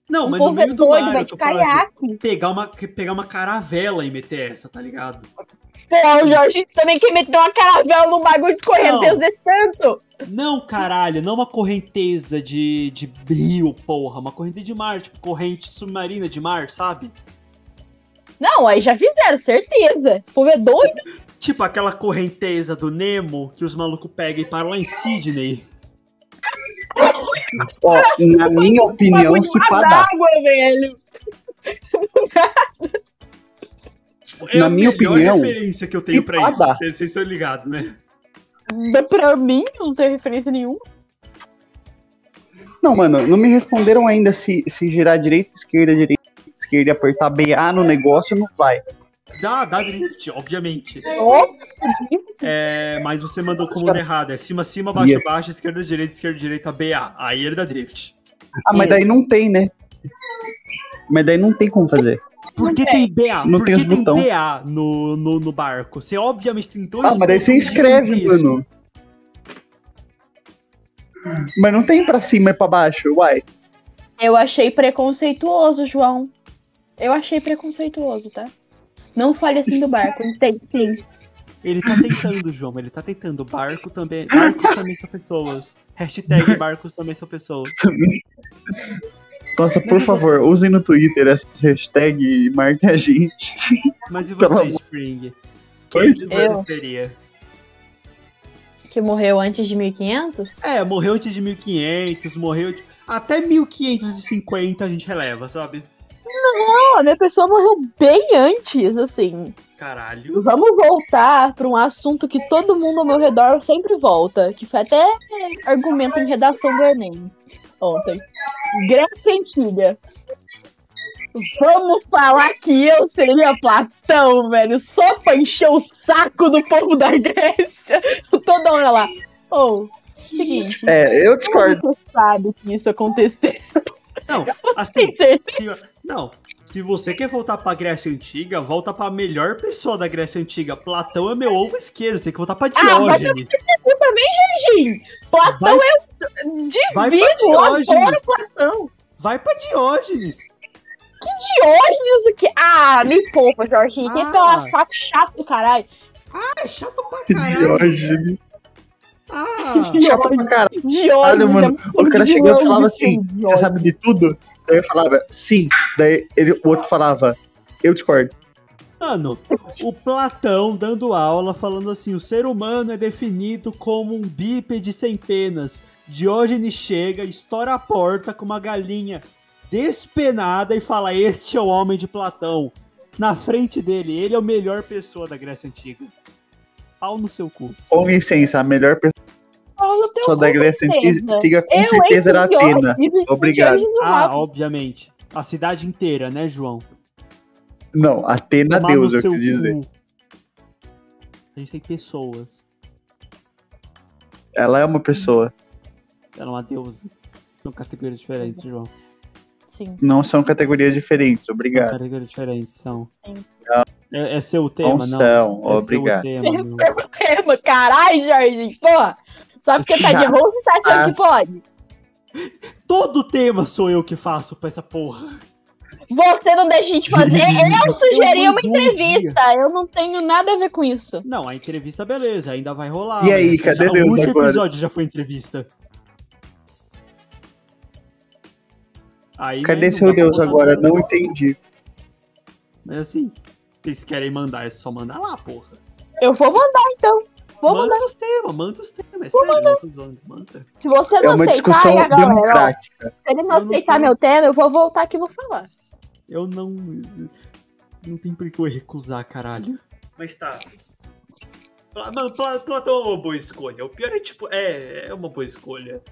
[SPEAKER 5] Não,
[SPEAKER 3] o
[SPEAKER 5] mas no
[SPEAKER 3] povo é
[SPEAKER 5] meio do
[SPEAKER 3] doido,
[SPEAKER 5] mar,
[SPEAKER 3] vai
[SPEAKER 5] eu
[SPEAKER 3] de
[SPEAKER 5] tô falando.
[SPEAKER 3] caiaque.
[SPEAKER 5] Pegar uma, pegar uma caravela e meter essa, tá ligado?
[SPEAKER 3] Pô, o Jorginho também quer meter uma caravela num bagulho de correnteza
[SPEAKER 5] Não.
[SPEAKER 3] desse tanto.
[SPEAKER 5] Não, caralho, não uma correnteza de, de rio, porra. Uma correnteza de mar, tipo, corrente submarina de mar, sabe?
[SPEAKER 3] Não, aí já fizeram, certeza. O povo é doido.
[SPEAKER 5] Tipo aquela correnteza do Nemo que os malucos pegam e param lá em Sydney.
[SPEAKER 4] Ó, na minha opinião,
[SPEAKER 3] bagulho
[SPEAKER 4] se
[SPEAKER 3] lá
[SPEAKER 4] parar.
[SPEAKER 3] d'água, velho.
[SPEAKER 5] É
[SPEAKER 4] Na
[SPEAKER 5] a
[SPEAKER 4] minha
[SPEAKER 5] melhor
[SPEAKER 4] opinião,
[SPEAKER 5] referência que eu tenho pra isso.
[SPEAKER 4] pipada.
[SPEAKER 5] Vocês estão ligados, né?
[SPEAKER 3] Dá Pra mim, não tem referência nenhuma.
[SPEAKER 4] Não, mano, não me responderam ainda se, se girar direita, esquerda, direita, esquerda e apertar BA no negócio, não vai.
[SPEAKER 5] Dá, dá drift, obviamente.
[SPEAKER 3] Ó,
[SPEAKER 5] É, mas você mandou comando errado. É cima, cima, baixo,
[SPEAKER 4] Yeah.
[SPEAKER 5] baixo, esquerda, direita, esquerda, direita, BA. Aí ele dá drift.
[SPEAKER 4] Ah, mas daí não tem, né? Mas daí não tem como fazer.
[SPEAKER 5] Por que tem BA?
[SPEAKER 4] Não
[SPEAKER 5] Por
[SPEAKER 4] tem
[SPEAKER 5] que
[SPEAKER 4] os
[SPEAKER 5] tem
[SPEAKER 4] botão.
[SPEAKER 5] BA no, no, no barco? Você obviamente tem dois.
[SPEAKER 4] Ah, mas daí você
[SPEAKER 5] botões
[SPEAKER 4] escreve,
[SPEAKER 5] gigantescos.
[SPEAKER 4] mano. Mas não tem pra cima e pra baixo, uai.
[SPEAKER 3] Eu achei preconceituoso, João. Eu achei preconceituoso, tá? Não fale assim do barco, entende sim.
[SPEAKER 5] Ele tá tentando, João, ele tá tentando. Barco também. Barcos também são pessoas. Hashtag barcos também são pessoas.
[SPEAKER 4] Nossa, por
[SPEAKER 5] Mas
[SPEAKER 4] favor, usem no Twitter essa hashtag e marquem a gente.
[SPEAKER 5] Mas e
[SPEAKER 4] Pelo
[SPEAKER 5] você,
[SPEAKER 4] amor-
[SPEAKER 5] Spring?
[SPEAKER 4] Oi,
[SPEAKER 5] Quem que você
[SPEAKER 3] eu?
[SPEAKER 5] seria?
[SPEAKER 3] Que morreu antes de 1500?
[SPEAKER 5] É, morreu antes de 1500, morreu. de- Até 1550 a gente releva, sabe?
[SPEAKER 3] Não, a minha pessoa morreu bem antes, assim.
[SPEAKER 5] Caralho.
[SPEAKER 3] Vamos voltar pra um assunto que todo mundo ao meu redor sempre volta, que foi até argumento em redação do Enem ontem. Grécia Antiga. Vamos falar que eu seria Platão, velho, só pra encher o saco do povo da Grécia. Toda hora lá. Ou, seguinte,
[SPEAKER 4] É, eu discordo.
[SPEAKER 3] você sabe que isso aconteceu.
[SPEAKER 5] Não, assim,
[SPEAKER 3] Tem certeza?
[SPEAKER 5] Se- Não. Se você quer voltar pra Grécia Antiga, volta pra melhor pessoa da Grécia Antiga. Platão é meu ovo esquerdo, você tem que voltar pra
[SPEAKER 3] Ah, vai
[SPEAKER 5] Diógenes.
[SPEAKER 3] Eu também, Jorginho. Platão
[SPEAKER 5] Vai-
[SPEAKER 3] é
[SPEAKER 5] vai
[SPEAKER 3] divino,
[SPEAKER 5] pra
[SPEAKER 3] eu adoro
[SPEAKER 5] Diógenes.
[SPEAKER 3] Platão.
[SPEAKER 5] Vai pra Diógenes.
[SPEAKER 3] Diógenes, o que? Ah, me poupa, Jorginho. Quem
[SPEAKER 5] Ah.
[SPEAKER 3] pela saco chato do caralho.
[SPEAKER 5] Ah, é chato pra caralho.
[SPEAKER 4] Diógenes.
[SPEAKER 5] Ah,
[SPEAKER 4] Chato pra caralho.
[SPEAKER 3] Diógenes.
[SPEAKER 4] mano,
[SPEAKER 3] é muito
[SPEAKER 4] o cara chegou e
[SPEAKER 3] vilão
[SPEAKER 4] falava
[SPEAKER 3] de
[SPEAKER 4] assim,
[SPEAKER 3] tudo,
[SPEAKER 4] Você
[SPEAKER 3] Diógenes.
[SPEAKER 4] sabe de tudo? Daí eu falava, sim. Daí ele, o outro falava, eu discordo.
[SPEAKER 5] mano, o Platão dando aula falando assim: o ser humano é definido como um bípede sem penas. Diógenes chega, estoura a porta com uma galinha despenada e fala: Este é o homem de Platão. Na frente dele, ele é o melhor pessoa da Grécia Antiga. Pau no seu cu.
[SPEAKER 4] Com licença, a melhor pessoa
[SPEAKER 3] Fala o teu
[SPEAKER 4] da
[SPEAKER 3] cu,
[SPEAKER 4] Grécia
[SPEAKER 3] certeza.
[SPEAKER 4] Antiga com
[SPEAKER 3] Eu,
[SPEAKER 4] certeza
[SPEAKER 3] hein,
[SPEAKER 4] era
[SPEAKER 3] Diógenes,
[SPEAKER 4] Atena.
[SPEAKER 3] Diógenes
[SPEAKER 4] Obrigado.
[SPEAKER 3] do
[SPEAKER 5] Ah,
[SPEAKER 3] mapa.
[SPEAKER 5] obviamente. A cidade inteira, né, João?
[SPEAKER 4] Não, Atena é
[SPEAKER 5] Tomar
[SPEAKER 4] Deus,
[SPEAKER 5] no
[SPEAKER 4] eu
[SPEAKER 5] seu
[SPEAKER 4] quis dizer.
[SPEAKER 5] cu. A gente tem pessoas.
[SPEAKER 4] Ela é uma pessoa.
[SPEAKER 5] Ela é uma deusa. São categorias diferentes, João.
[SPEAKER 3] Sim.
[SPEAKER 4] Não são categorias diferentes,
[SPEAKER 5] São
[SPEAKER 4] obrigado.
[SPEAKER 5] categorias diferentes, são.
[SPEAKER 3] Sim.
[SPEAKER 5] É, é seu
[SPEAKER 4] Não
[SPEAKER 5] tema, não?
[SPEAKER 4] são,
[SPEAKER 5] É
[SPEAKER 4] obrigado.
[SPEAKER 5] seu tema,
[SPEAKER 3] Esse
[SPEAKER 5] não.
[SPEAKER 3] é o tema, caralho, Jorginho. Porra. Só porque tá de
[SPEAKER 4] Já. Ah.
[SPEAKER 3] roupa, você tá achando que pode.
[SPEAKER 5] Todo tema sou eu que faço pra essa porra.
[SPEAKER 3] Você não deixa a gente fazer. Eu sugeri
[SPEAKER 5] Eu
[SPEAKER 3] uma
[SPEAKER 5] mando um dia.
[SPEAKER 3] entrevista. Eu não tenho nada a ver com isso.
[SPEAKER 5] Não, a entrevista, beleza, ainda vai rolar.
[SPEAKER 4] E aí,
[SPEAKER 5] Já-
[SPEAKER 4] cadê
[SPEAKER 5] já,
[SPEAKER 4] Deus
[SPEAKER 5] O último
[SPEAKER 4] agora?
[SPEAKER 5] episódio já foi entrevista. Aí, né,
[SPEAKER 4] Cadê
[SPEAKER 5] não
[SPEAKER 4] seu
[SPEAKER 5] dá pra
[SPEAKER 4] Deus
[SPEAKER 5] botar
[SPEAKER 4] agora?
[SPEAKER 5] nada.
[SPEAKER 4] Não entendi.
[SPEAKER 5] Mas assim, se vocês querem é mandar, é só mandar lá, porra.
[SPEAKER 3] Eu vou mandar então. Vou
[SPEAKER 5] manda
[SPEAKER 3] mandar.
[SPEAKER 5] os temas, manda os temas. É sério, eu tô zoando, manda.
[SPEAKER 3] Se você
[SPEAKER 4] É
[SPEAKER 3] não
[SPEAKER 4] uma
[SPEAKER 3] aceitar,
[SPEAKER 4] discussão
[SPEAKER 3] aí a galera,
[SPEAKER 4] democrática.
[SPEAKER 3] ó, se ele não
[SPEAKER 5] não
[SPEAKER 3] aceitar
[SPEAKER 5] tenho-
[SPEAKER 3] meu tema, eu vou voltar aqui e vou falar.
[SPEAKER 5] Eu não. Não tem por que eu recusar, caralho. Mas tá. Pla- Mano, Pla- Platão é uma boa escolha. O pior é, tipo, é, é uma boa escolha.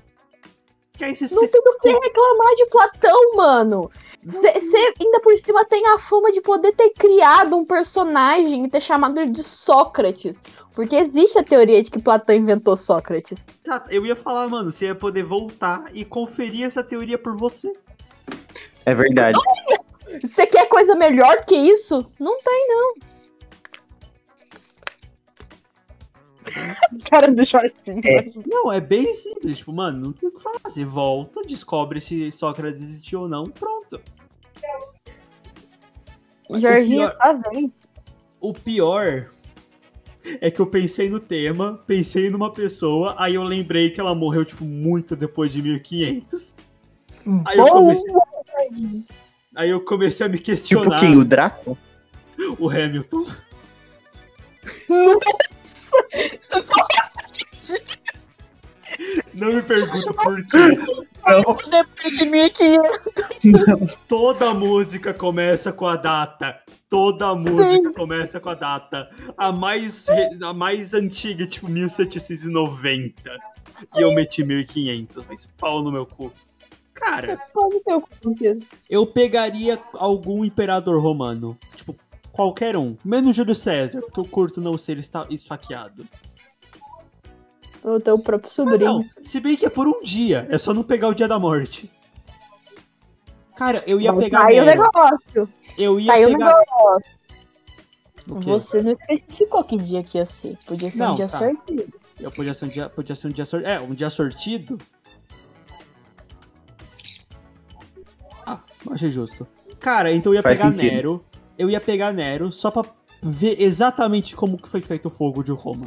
[SPEAKER 5] Que aí você.
[SPEAKER 3] Não tem o que reclamar de Platão, mano. Você ainda por cima tem a fama de poder ter criado um personagem e ter chamado ele de Sócrates. Porque existe a teoria de que Platão inventou Sócrates.
[SPEAKER 5] Exato, Tá, Eu ia falar, mano, você ia poder voltar e conferir essa teoria por você.
[SPEAKER 4] É verdade.
[SPEAKER 3] Você quer coisa melhor que isso? Não tem,
[SPEAKER 6] Cara do shortinho.
[SPEAKER 5] Não, é bem simples, tipo, mano, não tem o que falar. Você volta, descobre se Sócrates existiu ou não, pronto.
[SPEAKER 3] não. Jorginho,
[SPEAKER 5] pior-
[SPEAKER 3] sua vez.
[SPEAKER 5] O pior é que eu pensei no tema, pensei numa pessoa, aí eu lembrei que ela morreu, tipo, muito depois de 1500. Aí eu
[SPEAKER 3] Boa,
[SPEAKER 5] comecei, aí eu comecei a me
[SPEAKER 4] Tipo
[SPEAKER 5] questionar
[SPEAKER 4] quem? O Draco?
[SPEAKER 5] o Hamilton. Não me pergunta por quê.
[SPEAKER 3] depois de 1500.
[SPEAKER 5] Toda música começa com a data. Toda música começa com a data. A mais, re- a mais antiga, é, tipo 1790. E eu meti 1500, mas pau no meu cu. Cara,
[SPEAKER 3] Pô, não tem o que fazer.
[SPEAKER 5] Eu pegaria algum imperador romano. Tipo, qualquer um. Menos Júlio César, porque eu curto não ser esta- esfaqueado.
[SPEAKER 3] O teu próprio
[SPEAKER 5] Ah,
[SPEAKER 3] sobrinho.
[SPEAKER 5] não, se bem que é por um dia. É só não pegar o dia da morte. Cara, eu ia
[SPEAKER 3] Mas
[SPEAKER 5] pegar.
[SPEAKER 3] aí é o
[SPEAKER 5] Nero.
[SPEAKER 3] negócio.
[SPEAKER 5] Eu ia
[SPEAKER 3] Aí o
[SPEAKER 5] pegar. O quê?
[SPEAKER 3] Você não especificou que dia que ia ser. Podia ser um
[SPEAKER 5] Não,
[SPEAKER 3] dia
[SPEAKER 5] tá.
[SPEAKER 3] sortido.
[SPEAKER 5] Eu podia ser um dia, podia ser um dia sortido. É, um dia sortido. Ah, eu achei justo. Cara, então eu ia
[SPEAKER 4] Faz
[SPEAKER 5] pegar
[SPEAKER 4] sentido.
[SPEAKER 5] Nero. Eu ia pegar Nero só pra ver exatamente como que foi feito o fogo de Roma.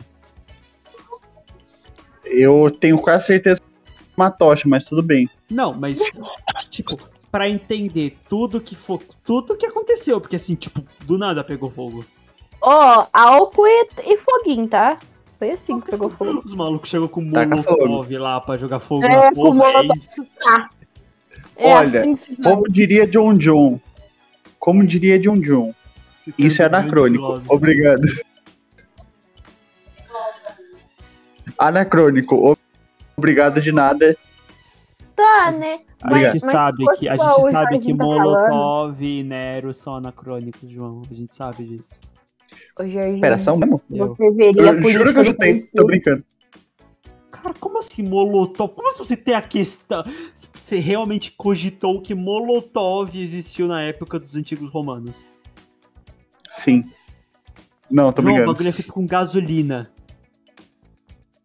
[SPEAKER 4] Eu tenho quase certeza que é uma tocha, mas tudo bem.
[SPEAKER 5] Não, mas tipo, pra entender tudo que fo- tudo que aconteceu, porque assim, tipo, do nada pegou fogo.
[SPEAKER 3] Ó, álcool e, e foguinho, tá? Foi assim que pegou fogo.
[SPEAKER 5] Os malucos chegou com um
[SPEAKER 4] Taca
[SPEAKER 5] molotov lá pra jogar fogo
[SPEAKER 3] É,
[SPEAKER 5] na
[SPEAKER 3] com
[SPEAKER 5] porra, é
[SPEAKER 3] molotov.
[SPEAKER 5] isso.
[SPEAKER 3] É
[SPEAKER 4] Olha,
[SPEAKER 3] assim que se faz.
[SPEAKER 4] Como diria John John? Como diria John John?
[SPEAKER 5] Se tem
[SPEAKER 4] Isso é
[SPEAKER 5] um grande
[SPEAKER 4] anacrônico.
[SPEAKER 5] filósofo.
[SPEAKER 4] Obrigado. Anacrônico. O- Obrigado de nada.
[SPEAKER 3] Tá, né?
[SPEAKER 5] A gente
[SPEAKER 3] Mas- mas
[SPEAKER 5] sabe
[SPEAKER 3] se
[SPEAKER 5] que
[SPEAKER 3] fosse
[SPEAKER 5] a
[SPEAKER 3] igual
[SPEAKER 5] gente
[SPEAKER 3] o
[SPEAKER 5] sabe
[SPEAKER 3] Jorginho
[SPEAKER 5] que
[SPEAKER 3] tá
[SPEAKER 5] molotov e Nero são anacrônicos, João. A gente sabe disso.
[SPEAKER 3] Ô, Jorginho,
[SPEAKER 4] Pera, são mesmo?
[SPEAKER 5] Eu-
[SPEAKER 3] Você veria a
[SPEAKER 4] Eu
[SPEAKER 3] política
[SPEAKER 4] juro que eu
[SPEAKER 3] do
[SPEAKER 4] chutei.
[SPEAKER 3] Brasil.
[SPEAKER 4] Tô brincando.
[SPEAKER 5] Cara, como assim molotov? Como se você tem a questão? Você realmente cogitou que molotov existiu na época dos antigos romanos?
[SPEAKER 4] Sim. Não, tô
[SPEAKER 5] João, o
[SPEAKER 4] brincando.
[SPEAKER 5] bagulho é feito com gasolina.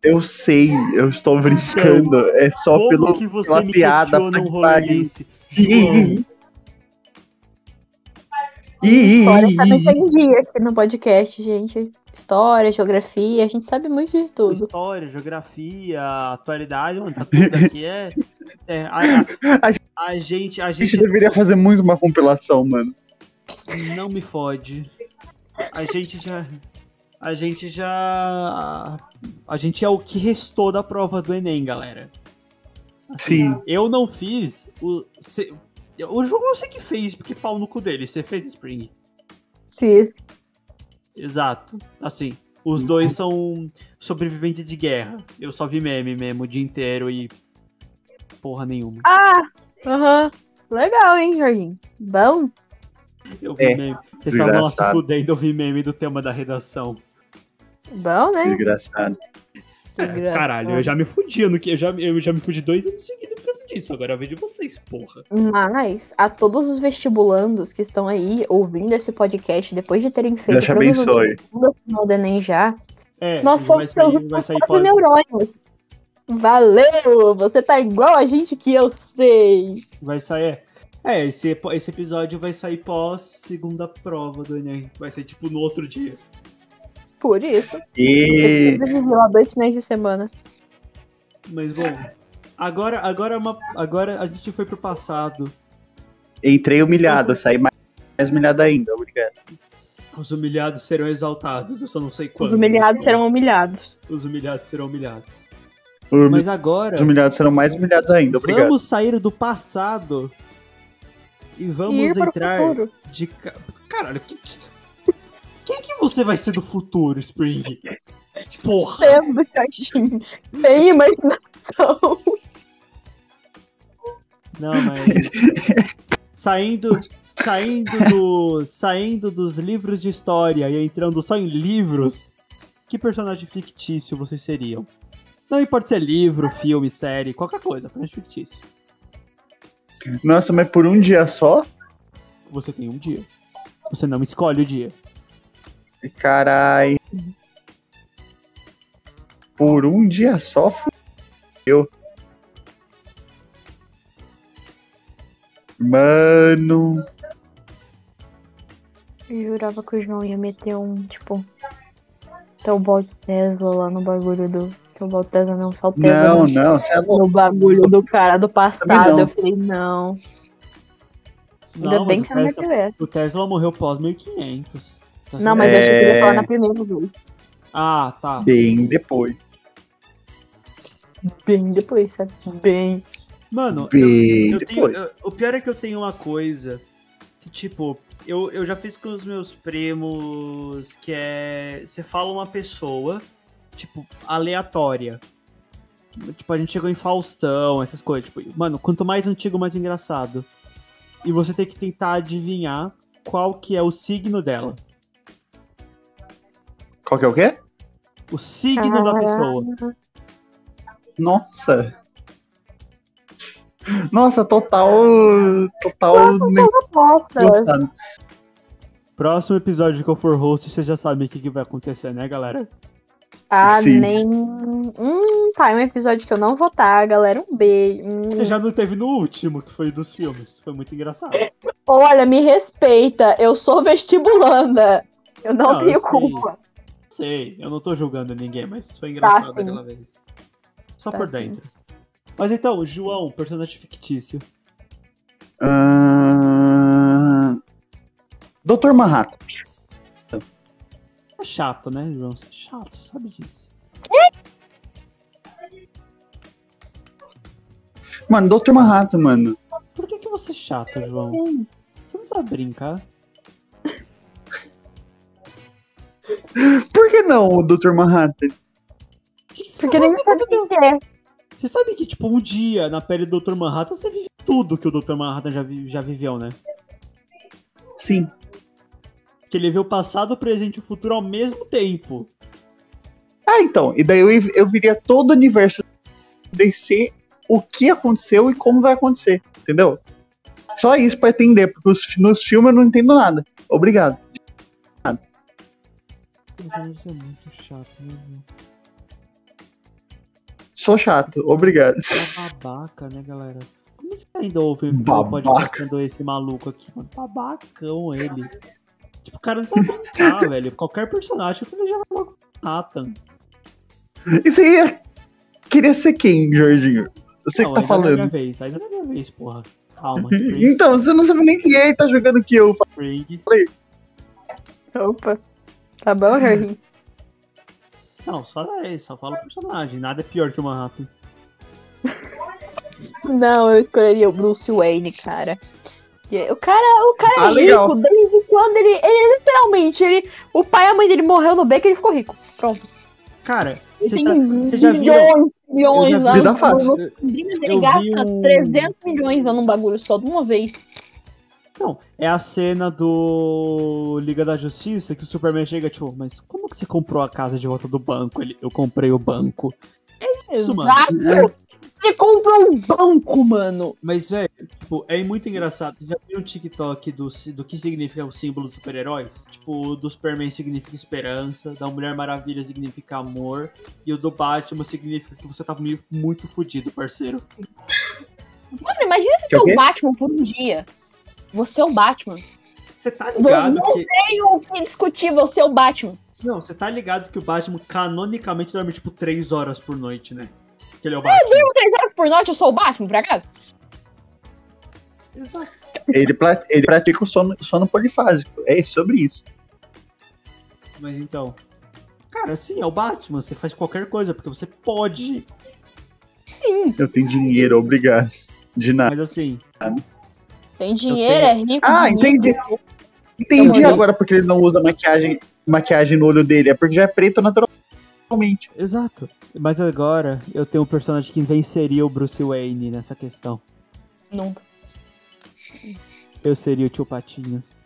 [SPEAKER 4] Eu sei, eu estou
[SPEAKER 5] Então,
[SPEAKER 4] brincando. É só
[SPEAKER 5] Como
[SPEAKER 4] pelo.
[SPEAKER 5] que você
[SPEAKER 4] pela
[SPEAKER 5] me
[SPEAKER 4] piada,
[SPEAKER 5] questiona um
[SPEAKER 4] puta que
[SPEAKER 5] rolê
[SPEAKER 4] pariu.
[SPEAKER 5] desse? João,
[SPEAKER 4] Ih, ih, ih,
[SPEAKER 3] História
[SPEAKER 4] ih,
[SPEAKER 3] também
[SPEAKER 4] ih,
[SPEAKER 3] tem dia aqui no podcast, gente. História, geografia, a gente sabe muito de tudo.
[SPEAKER 5] história, geografia, atualidade, mano, tá tudo aqui é... é, a, a- a gente, a
[SPEAKER 4] A gente
[SPEAKER 5] gente
[SPEAKER 4] deveria fazer muito uma compilação, mano.
[SPEAKER 5] não me fode. A gente já... A gente já... A gente é o que restou da prova do Enem, galera.
[SPEAKER 4] Sim.
[SPEAKER 5] Eu não fiz o... cê- o João eu sei que fez, porque pau no cu dele. Você fez Spring.
[SPEAKER 3] Fiz.
[SPEAKER 5] Exato. Assim, os dois são sobreviventes de guerra. Eu só vi meme mesmo o dia inteiro e. Porra nenhuma.
[SPEAKER 3] Ah! Aham. Legal, hein, Jorginho? Bom.
[SPEAKER 5] Eu vi
[SPEAKER 4] É,
[SPEAKER 5] meme. Vocês estavam lá se
[SPEAKER 4] desgraçado.
[SPEAKER 5] fudendo, eu vi meme do tema da redação.
[SPEAKER 3] Bom, né?
[SPEAKER 4] Desgraçado. É,
[SPEAKER 5] É Caralho, eu já me fudi. Eu, não que- eu já, eu já me fudi dois anos seguidos por causa disso. Agora eu vejo vocês, porra.
[SPEAKER 3] Mas a todos os vestibulandos que estão aí ouvindo esse podcast depois de terem feito
[SPEAKER 4] te
[SPEAKER 3] provavelmente,
[SPEAKER 4] abençoe.
[SPEAKER 3] a segunda final do Enem já,
[SPEAKER 5] É,
[SPEAKER 3] nós
[SPEAKER 5] não vai
[SPEAKER 3] somos
[SPEAKER 5] sair,
[SPEAKER 3] seus
[SPEAKER 5] não vai
[SPEAKER 3] nossos
[SPEAKER 5] sair
[SPEAKER 3] próprios
[SPEAKER 5] pós.
[SPEAKER 3] neurônios. Valeu! Você tá igual a gente que eu sei.
[SPEAKER 5] Vai sair. É, esse, epo- esse episódio vai sair pós segunda prova do Enem. Vai sair tipo no outro dia.
[SPEAKER 3] Por isso. Você
[SPEAKER 4] E
[SPEAKER 3] sobreviveu a dois finais de semana.
[SPEAKER 5] Mas bom. Agora, agora, é uma, agora a gente foi pro passado.
[SPEAKER 4] entrei humilhado, saí mais, mais humilhado ainda. Obrigado.
[SPEAKER 5] Os humilhados serão exaltados, eu só não sei
[SPEAKER 3] Os
[SPEAKER 5] quando.
[SPEAKER 3] humilhados serão humilhados.
[SPEAKER 5] Os humilhados serão humilhados.
[SPEAKER 4] Os
[SPEAKER 5] Mas agora,
[SPEAKER 4] humilhados serão mais humilhados ainda, obrigado.
[SPEAKER 5] vamos sair do passado e
[SPEAKER 3] e ir
[SPEAKER 5] vamos
[SPEAKER 3] para
[SPEAKER 5] entrar
[SPEAKER 3] o futuro.
[SPEAKER 5] de. ca- Caralho, que. Quem que você vai ser do futuro, Spring? Porra!
[SPEAKER 3] Lembra, Jorginho? Tem imaginação.
[SPEAKER 5] Não, mas. saindo. Saindo, do, saindo dos livros de história e entrando só em livros, que personagem fictício vocês seriam? Não importa se é livro, filme, série, qualquer coisa, personagem fictício.
[SPEAKER 4] Nossa, mas por um dia só?
[SPEAKER 5] Você tem um dia. Você não escolhe o dia.
[SPEAKER 4] Carai. Por um dia só? fu- Eu. Mano.
[SPEAKER 8] Eu jurava que o João ia meter um, tipo, Teobald Tesla lá no bagulho do. Teobald Tesla não, só o Tesla.
[SPEAKER 4] Não,
[SPEAKER 8] né?
[SPEAKER 4] não, você é louco.
[SPEAKER 3] No bagulho do cara do
[SPEAKER 4] Também
[SPEAKER 3] passado.
[SPEAKER 4] não.
[SPEAKER 3] Eu falei, não.
[SPEAKER 8] Ainda
[SPEAKER 5] Não,
[SPEAKER 8] bem
[SPEAKER 5] mas
[SPEAKER 8] que você não
[SPEAKER 5] essa-
[SPEAKER 8] meteu essa.
[SPEAKER 5] O Tesla morreu pós 1500. Tá
[SPEAKER 3] Não,
[SPEAKER 5] certo?
[SPEAKER 3] mas eu achei que ele ia falar
[SPEAKER 4] É.
[SPEAKER 3] na primeira vez.
[SPEAKER 5] Ah, tá.
[SPEAKER 4] Bem depois.
[SPEAKER 3] Bem depois, sabe? Bem.
[SPEAKER 5] Mano, eu-
[SPEAKER 4] Bem
[SPEAKER 5] eu tenho,
[SPEAKER 4] depois.
[SPEAKER 5] eu- o pior é que eu tenho uma coisa que, tipo, eu, eu já fiz com os meus primos, que é. Você fala uma pessoa, tipo, aleatória. Tipo, a gente chegou em Faustão, essas coisas. Tipo, mano, quanto mais antigo, mais engraçado. E você tem que tentar adivinhar qual que é o signo dela.
[SPEAKER 4] Qual que é o quê?
[SPEAKER 5] O signo da pessoa.
[SPEAKER 4] Nossa. Nossa, total. Total. nem
[SPEAKER 3] Nossa,
[SPEAKER 4] pensado.
[SPEAKER 5] Próximo episódio que eu for host, vocês já sabem o que, que vai acontecer, né, galera?
[SPEAKER 3] ah,
[SPEAKER 4] Sim.
[SPEAKER 3] nem. Hum, tá, é um episódio que eu não vou estar, galera. Um beijo. Hum.
[SPEAKER 5] Você já não teve no último, que foi dos filmes. Foi muito engraçado.
[SPEAKER 3] Olha, me respeita. Eu sou vestibulanda. Eu não,
[SPEAKER 5] Não, eu
[SPEAKER 3] tenho
[SPEAKER 5] sei.
[SPEAKER 3] culpa.
[SPEAKER 5] Sei, eu não tô julgando ninguém, mas foi engraçado
[SPEAKER 3] Tá sim.
[SPEAKER 5] aquela vez. Só
[SPEAKER 3] Tá
[SPEAKER 5] por
[SPEAKER 3] sim.
[SPEAKER 5] dentro. Mas então, João, personagem fictício.
[SPEAKER 4] Ahn, Dr. Ah, Manhattan.
[SPEAKER 5] É chato, né, João? Você é chato, sabe disso.
[SPEAKER 4] Mano, Dr. Manhattan, mano.
[SPEAKER 5] Por que, que você é chato, João? Você não sabe brincar.
[SPEAKER 4] Por que não o Dr. Manhattan?
[SPEAKER 5] O que que você
[SPEAKER 3] Porque
[SPEAKER 5] tá
[SPEAKER 3] nem
[SPEAKER 5] fazendo?
[SPEAKER 3] sabe quem que é.
[SPEAKER 5] Você sabe que, tipo, um dia na pele do Dr. Manhattan, você vive tudo que o Dr. Manhattan já, vi- já viveu, né?
[SPEAKER 4] Sim.
[SPEAKER 5] Que ele vê o passado, o presente e o futuro ao mesmo tempo.
[SPEAKER 4] Ah, então. E daí eu, eu viria todo o universo DC, o que aconteceu e como vai acontecer. Entendeu? Só isso pra entender, porque os- nos filmes eu não entendo nada. Obrigado.
[SPEAKER 5] Personagem é muito chato, meu Deus.
[SPEAKER 4] Sou chato. Obrigado.
[SPEAKER 5] É babaca, né, galera? Como você ainda ouve
[SPEAKER 4] Babaca.
[SPEAKER 5] o podcast sendo esse maluco aqui, mano? Babacão ele. Tipo, o cara não sabe brincar, velho. Qualquer personagem, ele já vai tá? logo com o Nathan.
[SPEAKER 4] E você ia- queria ser quem, Jorginho? Você
[SPEAKER 5] não,
[SPEAKER 4] que tá
[SPEAKER 5] ainda não é minha
[SPEAKER 4] falando.
[SPEAKER 5] vez, ainda não é minha vez, porra. Calma, Spring,
[SPEAKER 4] Então, você não sabe nem quem é e tá jogando que eu.
[SPEAKER 5] Spring.
[SPEAKER 3] Opa. Tá bom, Jorginho?
[SPEAKER 5] Não, só é, só fala o personagem. Nada é pior que o Manhattan.
[SPEAKER 3] Não, eu escolheria o Bruce Wayne, cara. E aí, O cara, o cara
[SPEAKER 4] Ah,
[SPEAKER 3] é
[SPEAKER 4] legal.
[SPEAKER 3] rico desde quando ele, ele literalmente, ele, o pai e a mãe dele morreu no beco e ele ficou rico. Pronto.
[SPEAKER 5] Cara,
[SPEAKER 3] Ele
[SPEAKER 5] você
[SPEAKER 3] tem um
[SPEAKER 5] já, você já viu.
[SPEAKER 3] milhões, milhões lá.
[SPEAKER 4] Vida
[SPEAKER 3] no-
[SPEAKER 4] fácil.
[SPEAKER 3] no- Ele
[SPEAKER 5] eu
[SPEAKER 3] gasta
[SPEAKER 5] vi um-
[SPEAKER 3] 300 milhões lá num bagulho só, de uma vez.
[SPEAKER 5] Não, é a cena do Liga da Justiça que o Superman chega, tipo, mas como que você comprou a casa de volta do banco? Ele, eu comprei o banco. Isso, mano.
[SPEAKER 3] Exato. Ele comprou um banco, mano.
[SPEAKER 5] Mas, velho, tipo, é muito engraçado. Já viram um TikTok do, si- do que significa o símbolo dos super-heróis? Tipo, o do Superman significa esperança, da Mulher Maravilha significa amor, e o do Batman significa que você tá meio muito fudido, parceiro.
[SPEAKER 3] Mano, imagina se
[SPEAKER 4] Que
[SPEAKER 3] você é
[SPEAKER 4] o
[SPEAKER 3] o
[SPEAKER 4] quê?
[SPEAKER 3] Batman por um dia. Você é o Batman.
[SPEAKER 5] Você tá ligado
[SPEAKER 3] Não,
[SPEAKER 5] que.
[SPEAKER 3] Tem o que discutir, você é o Batman.
[SPEAKER 5] Não, você tá ligado que o Batman canonicamente dorme, tipo, três horas por noite, né? Que ele é o Batman.
[SPEAKER 3] durmo três horas por noite, eu sou o Batman, por acaso?
[SPEAKER 5] Exato.
[SPEAKER 4] Ele, pla- ele pratica o sono, sono polifásico. É sobre isso.
[SPEAKER 5] Mas então. Cara, assim, é o Batman. Você faz qualquer coisa, porque você pode.
[SPEAKER 3] Sim.
[SPEAKER 4] Eu tenho dinheiro, obrigado. De nada.
[SPEAKER 5] Mas assim,
[SPEAKER 3] Tem dinheiro, é rico.
[SPEAKER 4] Ah,
[SPEAKER 5] Uhum.
[SPEAKER 3] bonito.
[SPEAKER 4] entendi.
[SPEAKER 5] Então,
[SPEAKER 4] Entendi agora porque ele não usa maquiagem, maquiagem no olho dele. É porque já é preto naturalmente.
[SPEAKER 5] exato. Mas agora eu tenho um personagem que venceria o Bruce Wayne nessa questão.
[SPEAKER 3] Nunca.
[SPEAKER 5] Eu seria o tio Patinhas.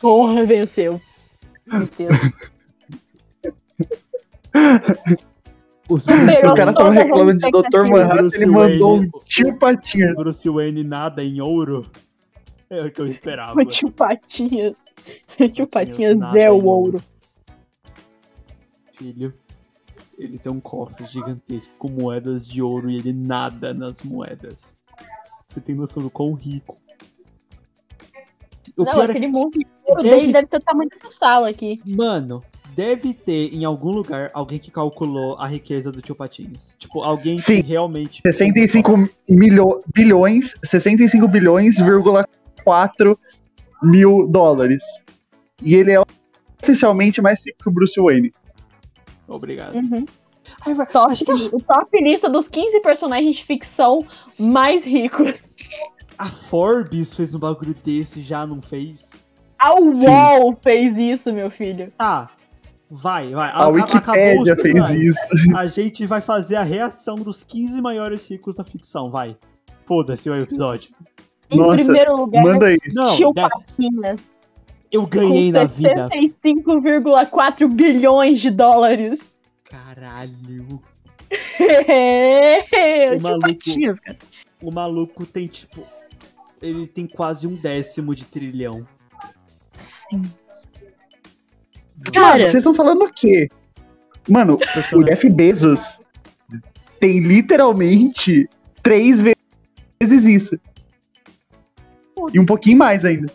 [SPEAKER 6] Porra, venceu.
[SPEAKER 3] Tristeza.
[SPEAKER 5] Os
[SPEAKER 3] Superou
[SPEAKER 4] O cara tava
[SPEAKER 3] todas as
[SPEAKER 4] reclamando de Dr. Manhattan, ele mandou um tio patinha.
[SPEAKER 5] Bruce Wayne nada em ouro. É o que eu esperava.
[SPEAKER 6] O tio Patinhas. O tio Patinhas
[SPEAKER 5] Nada
[SPEAKER 6] é
[SPEAKER 5] em
[SPEAKER 6] o ouro.
[SPEAKER 5] Filho, ele tem um cofre gigantesco com moedas de ouro e ele nada nas moedas. Você tem noção do quão rico. O
[SPEAKER 3] Não,
[SPEAKER 5] pior é
[SPEAKER 3] aquele
[SPEAKER 5] que-
[SPEAKER 3] monte de ouro
[SPEAKER 5] Deve-
[SPEAKER 3] dele deve ser o tamanho dessa sala aqui.
[SPEAKER 5] Mano, deve ter em algum lugar alguém que calculou a riqueza do tio Patinhas. Tipo, alguém
[SPEAKER 4] Sim.
[SPEAKER 5] que realmente.
[SPEAKER 4] 65 milho, bilhões, 65 bilhões, vírgula 4 mil dólares. E ele é oficialmente mais rico que o Bruce Wayne.
[SPEAKER 5] Obrigado.
[SPEAKER 3] Uhum.
[SPEAKER 5] Ai, vai-
[SPEAKER 3] Top,
[SPEAKER 5] acho que a
[SPEAKER 3] O top lista dos 15 personagens de ficção mais ricos.
[SPEAKER 5] A Forbes fez um bagulho desse e já não fez?
[SPEAKER 3] A
[SPEAKER 4] Sim.
[SPEAKER 3] UOL fez isso, meu filho.
[SPEAKER 5] Tá. Vai, vai.
[SPEAKER 4] A,
[SPEAKER 5] Acabou os
[SPEAKER 4] Wikipédia fez
[SPEAKER 5] personagens.
[SPEAKER 4] isso.
[SPEAKER 5] A gente vai fazer a reação dos 15 maiores ricos da ficção, vai. Foda-se o episódio.
[SPEAKER 3] Em
[SPEAKER 4] Nossa,
[SPEAKER 3] primeiro lugar,
[SPEAKER 4] Manda aí.
[SPEAKER 5] Não,
[SPEAKER 3] tio
[SPEAKER 5] né,
[SPEAKER 3] Patinhas.
[SPEAKER 5] eu ganhei
[SPEAKER 3] Com
[SPEAKER 5] na vida.
[SPEAKER 3] 65,4 bilhões de dólares.
[SPEAKER 5] Caralho.
[SPEAKER 3] o tio
[SPEAKER 5] maluco.
[SPEAKER 3] Patinhas, cara.
[SPEAKER 5] O maluco tem, tipo. Ele tem quase um décimo de trilhão.
[SPEAKER 6] Sim.
[SPEAKER 4] Mano,
[SPEAKER 6] Cara,
[SPEAKER 4] vocês estão falando o quê? Mano, o
[SPEAKER 5] Personagem-
[SPEAKER 4] Jeff Bezos tem literalmente três ve- vezes isso. E um pouquinho mais ainda.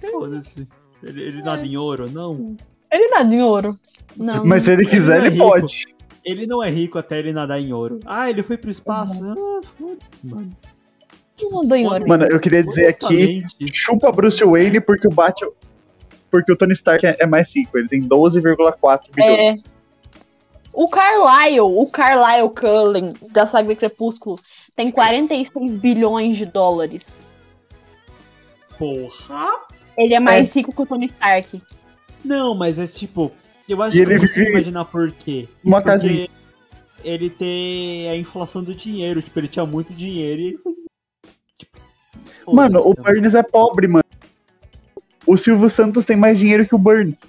[SPEAKER 5] Foda-se. Ele, ele nada em ouro? Não.
[SPEAKER 3] Ele nada em ouro. Não.
[SPEAKER 4] Mas se ele quiser,
[SPEAKER 5] Ele é
[SPEAKER 4] ele,
[SPEAKER 5] rico.
[SPEAKER 4] pode.
[SPEAKER 5] Ele não é rico até ele nadar em ouro. Ah, ele foi pro espaço. Ah, foda-se, mano.
[SPEAKER 3] Quem mandou em ouro?
[SPEAKER 4] Mano, eu queria dizer aqui,
[SPEAKER 5] Honestamente,
[SPEAKER 4] chupa Bruce Wayne porque o Batman. Porque o Tony Stark é é mais rico, ele tem 12,4 bilhões.
[SPEAKER 3] O Carlyle, o Carlyle Cullen, da saga Crepúsculo, tem 46 bilhões de dólares.
[SPEAKER 5] Porra!
[SPEAKER 3] Ele é mais rico que o Tony Stark.
[SPEAKER 5] Não, mas é tipo. Eu acho
[SPEAKER 4] E
[SPEAKER 5] que
[SPEAKER 4] ele
[SPEAKER 5] eu consigo
[SPEAKER 4] vive-
[SPEAKER 5] imaginar por quê.
[SPEAKER 4] Uma
[SPEAKER 5] Porque
[SPEAKER 4] casinha.
[SPEAKER 5] ele tem a inflação do dinheiro, tipo, ele tinha muito dinheiro e ele foi, tipo,
[SPEAKER 4] Mano, o
[SPEAKER 5] foda-se, né?
[SPEAKER 4] Burns é pobre, mano. O Silvio Santos tem mais dinheiro que o Burns.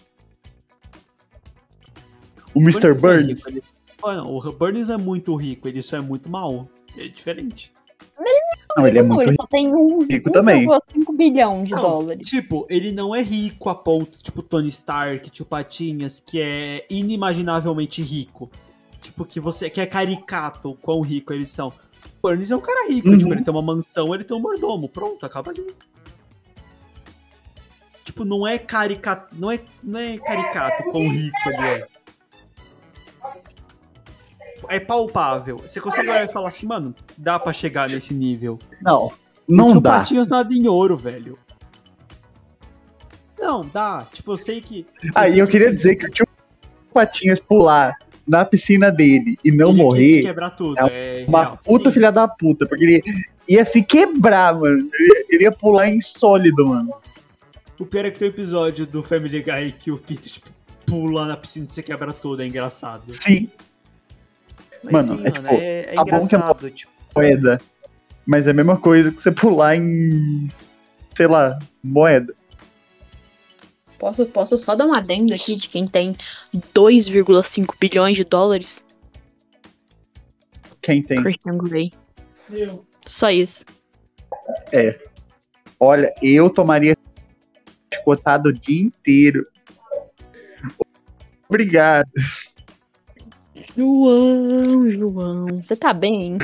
[SPEAKER 4] O Mr. Burns.
[SPEAKER 5] é rico, ele- Ah, não, o Burns é muito rico, ele só é muito mau. É diferente.
[SPEAKER 4] Não, ele é muito
[SPEAKER 3] ele
[SPEAKER 4] rico.
[SPEAKER 3] só tem um,
[SPEAKER 4] Rico também.
[SPEAKER 3] 1,5 bilhão de
[SPEAKER 5] Não,
[SPEAKER 3] dólares.
[SPEAKER 5] Tipo, ele não é rico a ponto, tipo, Tony Stark, tipo Patinhas, que é inimaginavelmente rico. Tipo, que você que é caricato o quão rico eles são. O Burns é um cara rico,
[SPEAKER 4] Uhum.
[SPEAKER 5] tipo, ele tem uma mansão, ele tem um mordomo. Pronto, acaba ali. Tipo, não é caricato. Não é, não é caricato o quão rico ele é. É palpável. Você consegue olhar e falar assim, mano, dá pra chegar nesse nível.
[SPEAKER 4] Não,
[SPEAKER 5] O
[SPEAKER 4] não
[SPEAKER 5] tio
[SPEAKER 4] dá.
[SPEAKER 5] Patinhas nada em ouro, velho. Não, dá. Tipo, eu sei que.
[SPEAKER 4] Aí
[SPEAKER 5] sei
[SPEAKER 4] Ah, eu queria
[SPEAKER 5] se-
[SPEAKER 4] dizer que o tio Patinhas pular na piscina dele e não
[SPEAKER 5] ele quis
[SPEAKER 4] morrer,
[SPEAKER 5] quebrar tudo. É
[SPEAKER 4] uma
[SPEAKER 5] real.
[SPEAKER 4] puta
[SPEAKER 5] Sim.
[SPEAKER 4] filha da puta, porque ele ia se quebrar, mano. Ele ia- Ele ia pular em sólido, mano.
[SPEAKER 5] O pior é que tem um episódio do Family Guy que o Peter, tipo, pula na piscina e você quebra tudo. É engraçado.
[SPEAKER 4] Sim, Mano, é tipo,
[SPEAKER 5] é
[SPEAKER 4] tá bom que é
[SPEAKER 5] tipo,
[SPEAKER 4] moeda. Mas é a mesma coisa que você pular em. sei lá, moeda.
[SPEAKER 6] Posso, posso só dar uma adenda aqui de quem tem 2,5 bilhões de dólares?
[SPEAKER 4] Quem tem?
[SPEAKER 6] Christian Grey. Só isso.
[SPEAKER 4] Olha, eu tomaria chicotado o dia inteiro. Obrigado.
[SPEAKER 6] João, João, você tá bem?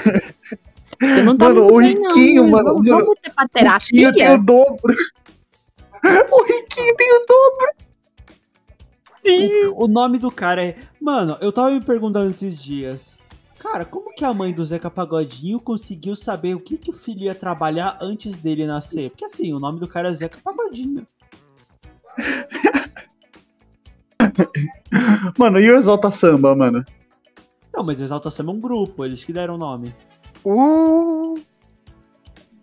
[SPEAKER 6] Você não tá
[SPEAKER 4] Mano,
[SPEAKER 6] muito
[SPEAKER 4] o
[SPEAKER 6] bem,
[SPEAKER 4] riquinho,
[SPEAKER 6] não.
[SPEAKER 4] mano,
[SPEAKER 6] Vamos,
[SPEAKER 4] mano,
[SPEAKER 6] vamos ter pra
[SPEAKER 4] Riquinho tem um
[SPEAKER 6] terapia?
[SPEAKER 4] o dobro. O Riquinho tem o dobro.
[SPEAKER 5] O nome do cara é. Mano, eu tava me perguntando esses dias. Cara, como que a mãe do Zeca Pagodinho conseguiu saber o que, que o filho ia trabalhar antes dele nascer? Porque assim, o nome do cara é Zeca Pagodinho.
[SPEAKER 4] Mano, e o Exalta Samba, mano?
[SPEAKER 5] Não, mas o Exalta Samba é um grupo, eles que deram o nome.
[SPEAKER 6] Uh,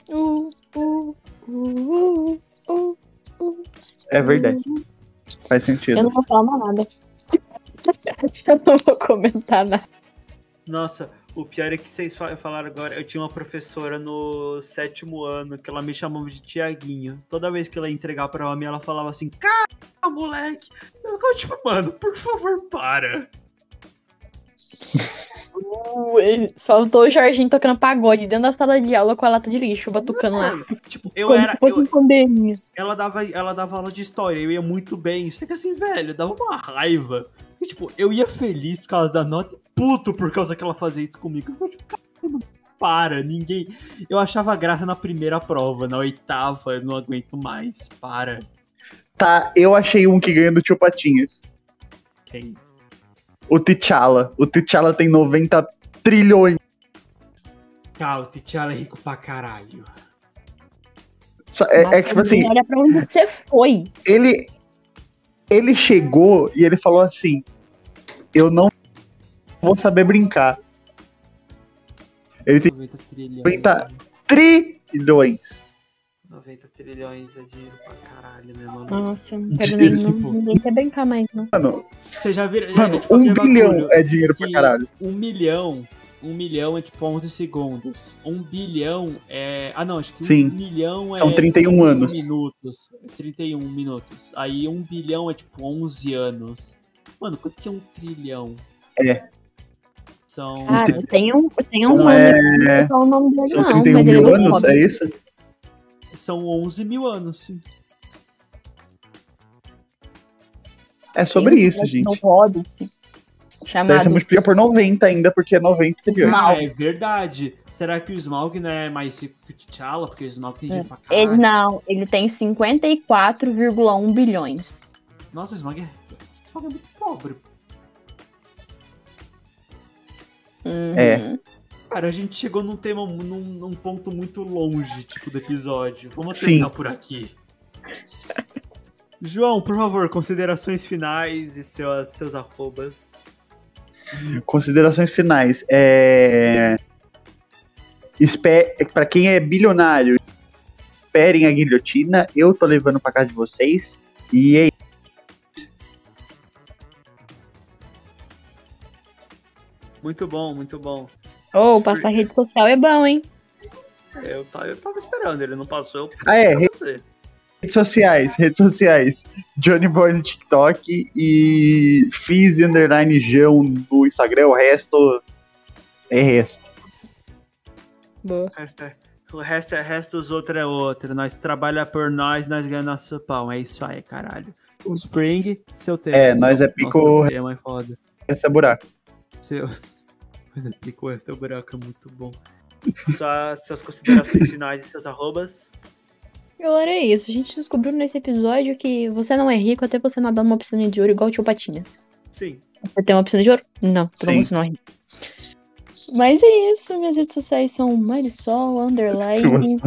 [SPEAKER 6] uh, uh, uh, uh.
[SPEAKER 4] É verdade. Faz sentido.
[SPEAKER 3] Eu não vou falar mais nada.
[SPEAKER 6] Eu não vou comentar nada.
[SPEAKER 5] Nossa, o pior é que vocês fa- falaram agora. Eu tinha uma professora no sétimo ano que ela me chamava de Tiaguinho. Toda vez que ela ia entregar pra mim, ela falava assim: Cara, moleque! Eu ficava tipo, mano, por favor, para.
[SPEAKER 6] Uh, ele- Faltou o Jorginho tocando pagode dentro da sala de aula com a lata de lixo, batucando lá.
[SPEAKER 5] Tipo, eu
[SPEAKER 6] é. Como
[SPEAKER 5] era.
[SPEAKER 6] se fosse
[SPEAKER 5] eu-
[SPEAKER 6] um pandemia.
[SPEAKER 5] ela, dava, ela dava aula de história, eu ia muito bem. Só que assim, velho, dava uma raiva. Porque, tipo, eu ia feliz por causa da nota e puto por causa que ela fazia isso comigo. Eu ficava, tipo, caramba, para, ninguém. Eu achava graça na primeira prova, na oitava, eu não aguento mais, para.
[SPEAKER 4] Tá, eu achei um que ganha do Tio Patinhas.
[SPEAKER 5] Quem?
[SPEAKER 4] O T'Challa. O T'Challa tem 90 trilhões.
[SPEAKER 5] Tá, o T'Challa é rico pra caralho.
[SPEAKER 4] Sa- É, é
[SPEAKER 3] Nossa,
[SPEAKER 4] tipo assim,
[SPEAKER 3] Olha pra onde você foi.
[SPEAKER 4] ele ele chegou e ele falou assim: "Eu não vou saber brincar". Ele tem
[SPEAKER 5] 90 trilhões. né?
[SPEAKER 4] 90 trilhões.
[SPEAKER 5] 90 trilhões é dinheiro pra caralho, né,
[SPEAKER 4] Hum.
[SPEAKER 5] mano?
[SPEAKER 3] Nossa, não
[SPEAKER 4] quero
[SPEAKER 3] quero
[SPEAKER 4] nem-
[SPEAKER 3] nem,
[SPEAKER 5] não- Tipo-
[SPEAKER 3] quer brincar mais, não.
[SPEAKER 4] Mano,
[SPEAKER 5] Você já viram?
[SPEAKER 4] mano,
[SPEAKER 5] é, tipo,
[SPEAKER 4] um
[SPEAKER 5] aquele
[SPEAKER 4] bilhão
[SPEAKER 5] bagulho.
[SPEAKER 4] é dinheiro pra
[SPEAKER 5] que-
[SPEAKER 4] caralho.
[SPEAKER 5] um milhão, um milhão é tipo 11 segundos. Um bilhão é. Ah, não, acho que
[SPEAKER 4] Sim.
[SPEAKER 5] um milhão é.
[SPEAKER 4] São 31 anos.
[SPEAKER 5] minutos. 31 minutos. Aí um bilhão é tipo 11 anos. Mano, quanto que é um trilhão?
[SPEAKER 4] É.
[SPEAKER 5] São.
[SPEAKER 3] Cara,
[SPEAKER 4] Entendi.
[SPEAKER 3] tem um, tem um
[SPEAKER 4] Então
[SPEAKER 3] ano
[SPEAKER 4] tipo, é-
[SPEAKER 3] que eu não falo o nome dele,
[SPEAKER 4] São
[SPEAKER 3] não.
[SPEAKER 4] 31
[SPEAKER 3] mas ele
[SPEAKER 4] mil
[SPEAKER 3] é
[SPEAKER 4] anos,
[SPEAKER 3] foda.
[SPEAKER 4] é isso?
[SPEAKER 5] São 11 mil anos, sim.
[SPEAKER 4] É sobre isso,
[SPEAKER 3] Tem um
[SPEAKER 4] gente.
[SPEAKER 3] modo
[SPEAKER 4] Daí você
[SPEAKER 3] Chamado.
[SPEAKER 4] multiplica por 90 ainda, porque é 90 trilhões.
[SPEAKER 5] Ah, é verdade. Será que o Smaug não é mais rico que o T'Challa? Porque o Smaug tem dinheiro pra caralho.
[SPEAKER 3] Ele não, ele tem 54,1 bilhões.
[SPEAKER 5] Nossa, o Smaug é. O Smaug é muito pobre.
[SPEAKER 3] Uhum.
[SPEAKER 4] É.
[SPEAKER 5] Cara, a gente chegou num tema, num, num ponto muito longe, tipo, do episódio. Vamos
[SPEAKER 4] Sim.
[SPEAKER 5] terminar por aqui. João, por favor, considerações finais e seus, seus arrobas.
[SPEAKER 4] Considerações finais. É... Espe... Para quem é bilionário, esperem a guilhotina. Eu tô levando pra casa de vocês. E é
[SPEAKER 5] Muito bom, muito bom.
[SPEAKER 3] Ou passar rede social é bom, hein?
[SPEAKER 5] Eu, ta- eu tava esperando, ele não passou. Eu
[SPEAKER 4] Ah, é,
[SPEAKER 5] pra você.
[SPEAKER 4] redes sociais, redes sociais. Johnny Boy no TikTok e Fizz Underline Jão no Instagram. O resto é resto.
[SPEAKER 3] Boa.
[SPEAKER 5] O resto é- O resto é resto, os outros é outro. Nós trabalha por nós, nós ganhamos nosso pão. É isso aí, caralho. O Spring, seu tema.
[SPEAKER 4] É, nós é pico-
[SPEAKER 5] Nosso tema é foda.
[SPEAKER 4] Esse é buraco.
[SPEAKER 5] Seus. Pois é, picou esse teu buraco, é muito bom. Sua- suas considerações finais e seus arrobas.
[SPEAKER 3] Galera, é isso. A gente descobriu nesse episódio que você não é rico até você nadar numa piscina de ouro igual o tio Patinhas.
[SPEAKER 5] Sim.
[SPEAKER 3] Você tem uma piscina de ouro? Não, todo
[SPEAKER 4] Sim.
[SPEAKER 3] mundo não é rico. Mas é isso. Minhas redes sociais são Marisol,
[SPEAKER 4] Se você-
[SPEAKER 3] underline,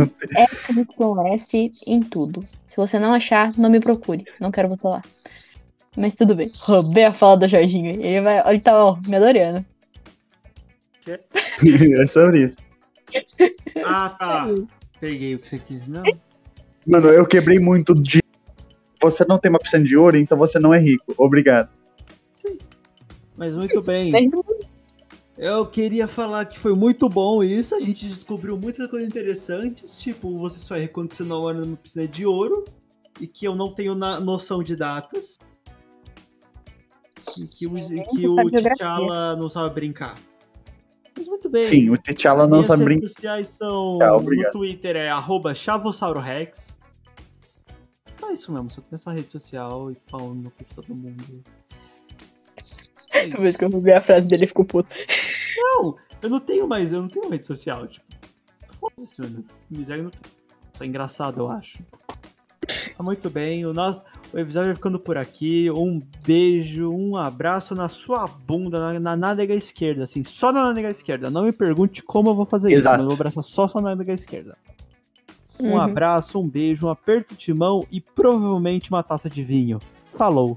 [SPEAKER 3] SYS em tudo. Se você não achar, não me procure. Não quero você lá. Mas tudo bem. Roubei a fala do Jorginho. Ele vai. Ele tá ó, me adorando.
[SPEAKER 4] é sobre isso.
[SPEAKER 5] Ah, tá. Peguei o que você quis, não?
[SPEAKER 4] Mano, eu quebrei muito de. Você não tem uma piscina de ouro, então você não é rico. Obrigado.
[SPEAKER 5] Mas muito bem.
[SPEAKER 3] Mas
[SPEAKER 5] Eu queria falar que foi muito bom isso. A gente descobriu muitas coisas interessantes. Tipo, você só é quando você não era numa piscina de ouro. E que eu não tenho na- noção de datas. E que o, e que o
[SPEAKER 3] sabe geografia.
[SPEAKER 5] T'Challa não sabe brincar. Mas muito bem.
[SPEAKER 4] Sim, o T'Challa não
[SPEAKER 5] Minhas
[SPEAKER 4] sabe brincar.
[SPEAKER 5] redes sociais são
[SPEAKER 4] Tá,
[SPEAKER 5] no
[SPEAKER 4] obrigado.
[SPEAKER 5] Twitter é arroba chavosaurorex. É isso mesmo, só tem essa rede social e pau no cu de todo mundo. É
[SPEAKER 3] Toda
[SPEAKER 5] isso.
[SPEAKER 3] vez que eu roubei a frase dele, ele ficou puto.
[SPEAKER 5] Não, eu não tenho mais, eu não tenho rede social, tipo. Foda-se, mano. Miséria não tem. Isso é engraçado, eu acho. Tá muito bem, o nosso o episódio vai ficando por aqui. Um beijo, um abraço na sua bunda, na, na nádega esquerda, assim, só na nádega esquerda. Não me pergunte como eu vou fazer isso,
[SPEAKER 4] Exato.
[SPEAKER 5] mas eu vou abraçar só sua nádega esquerda. Um
[SPEAKER 3] Uhum.
[SPEAKER 5] abraço, um beijo, um aperto de mão e provavelmente uma taça de vinho. Falou!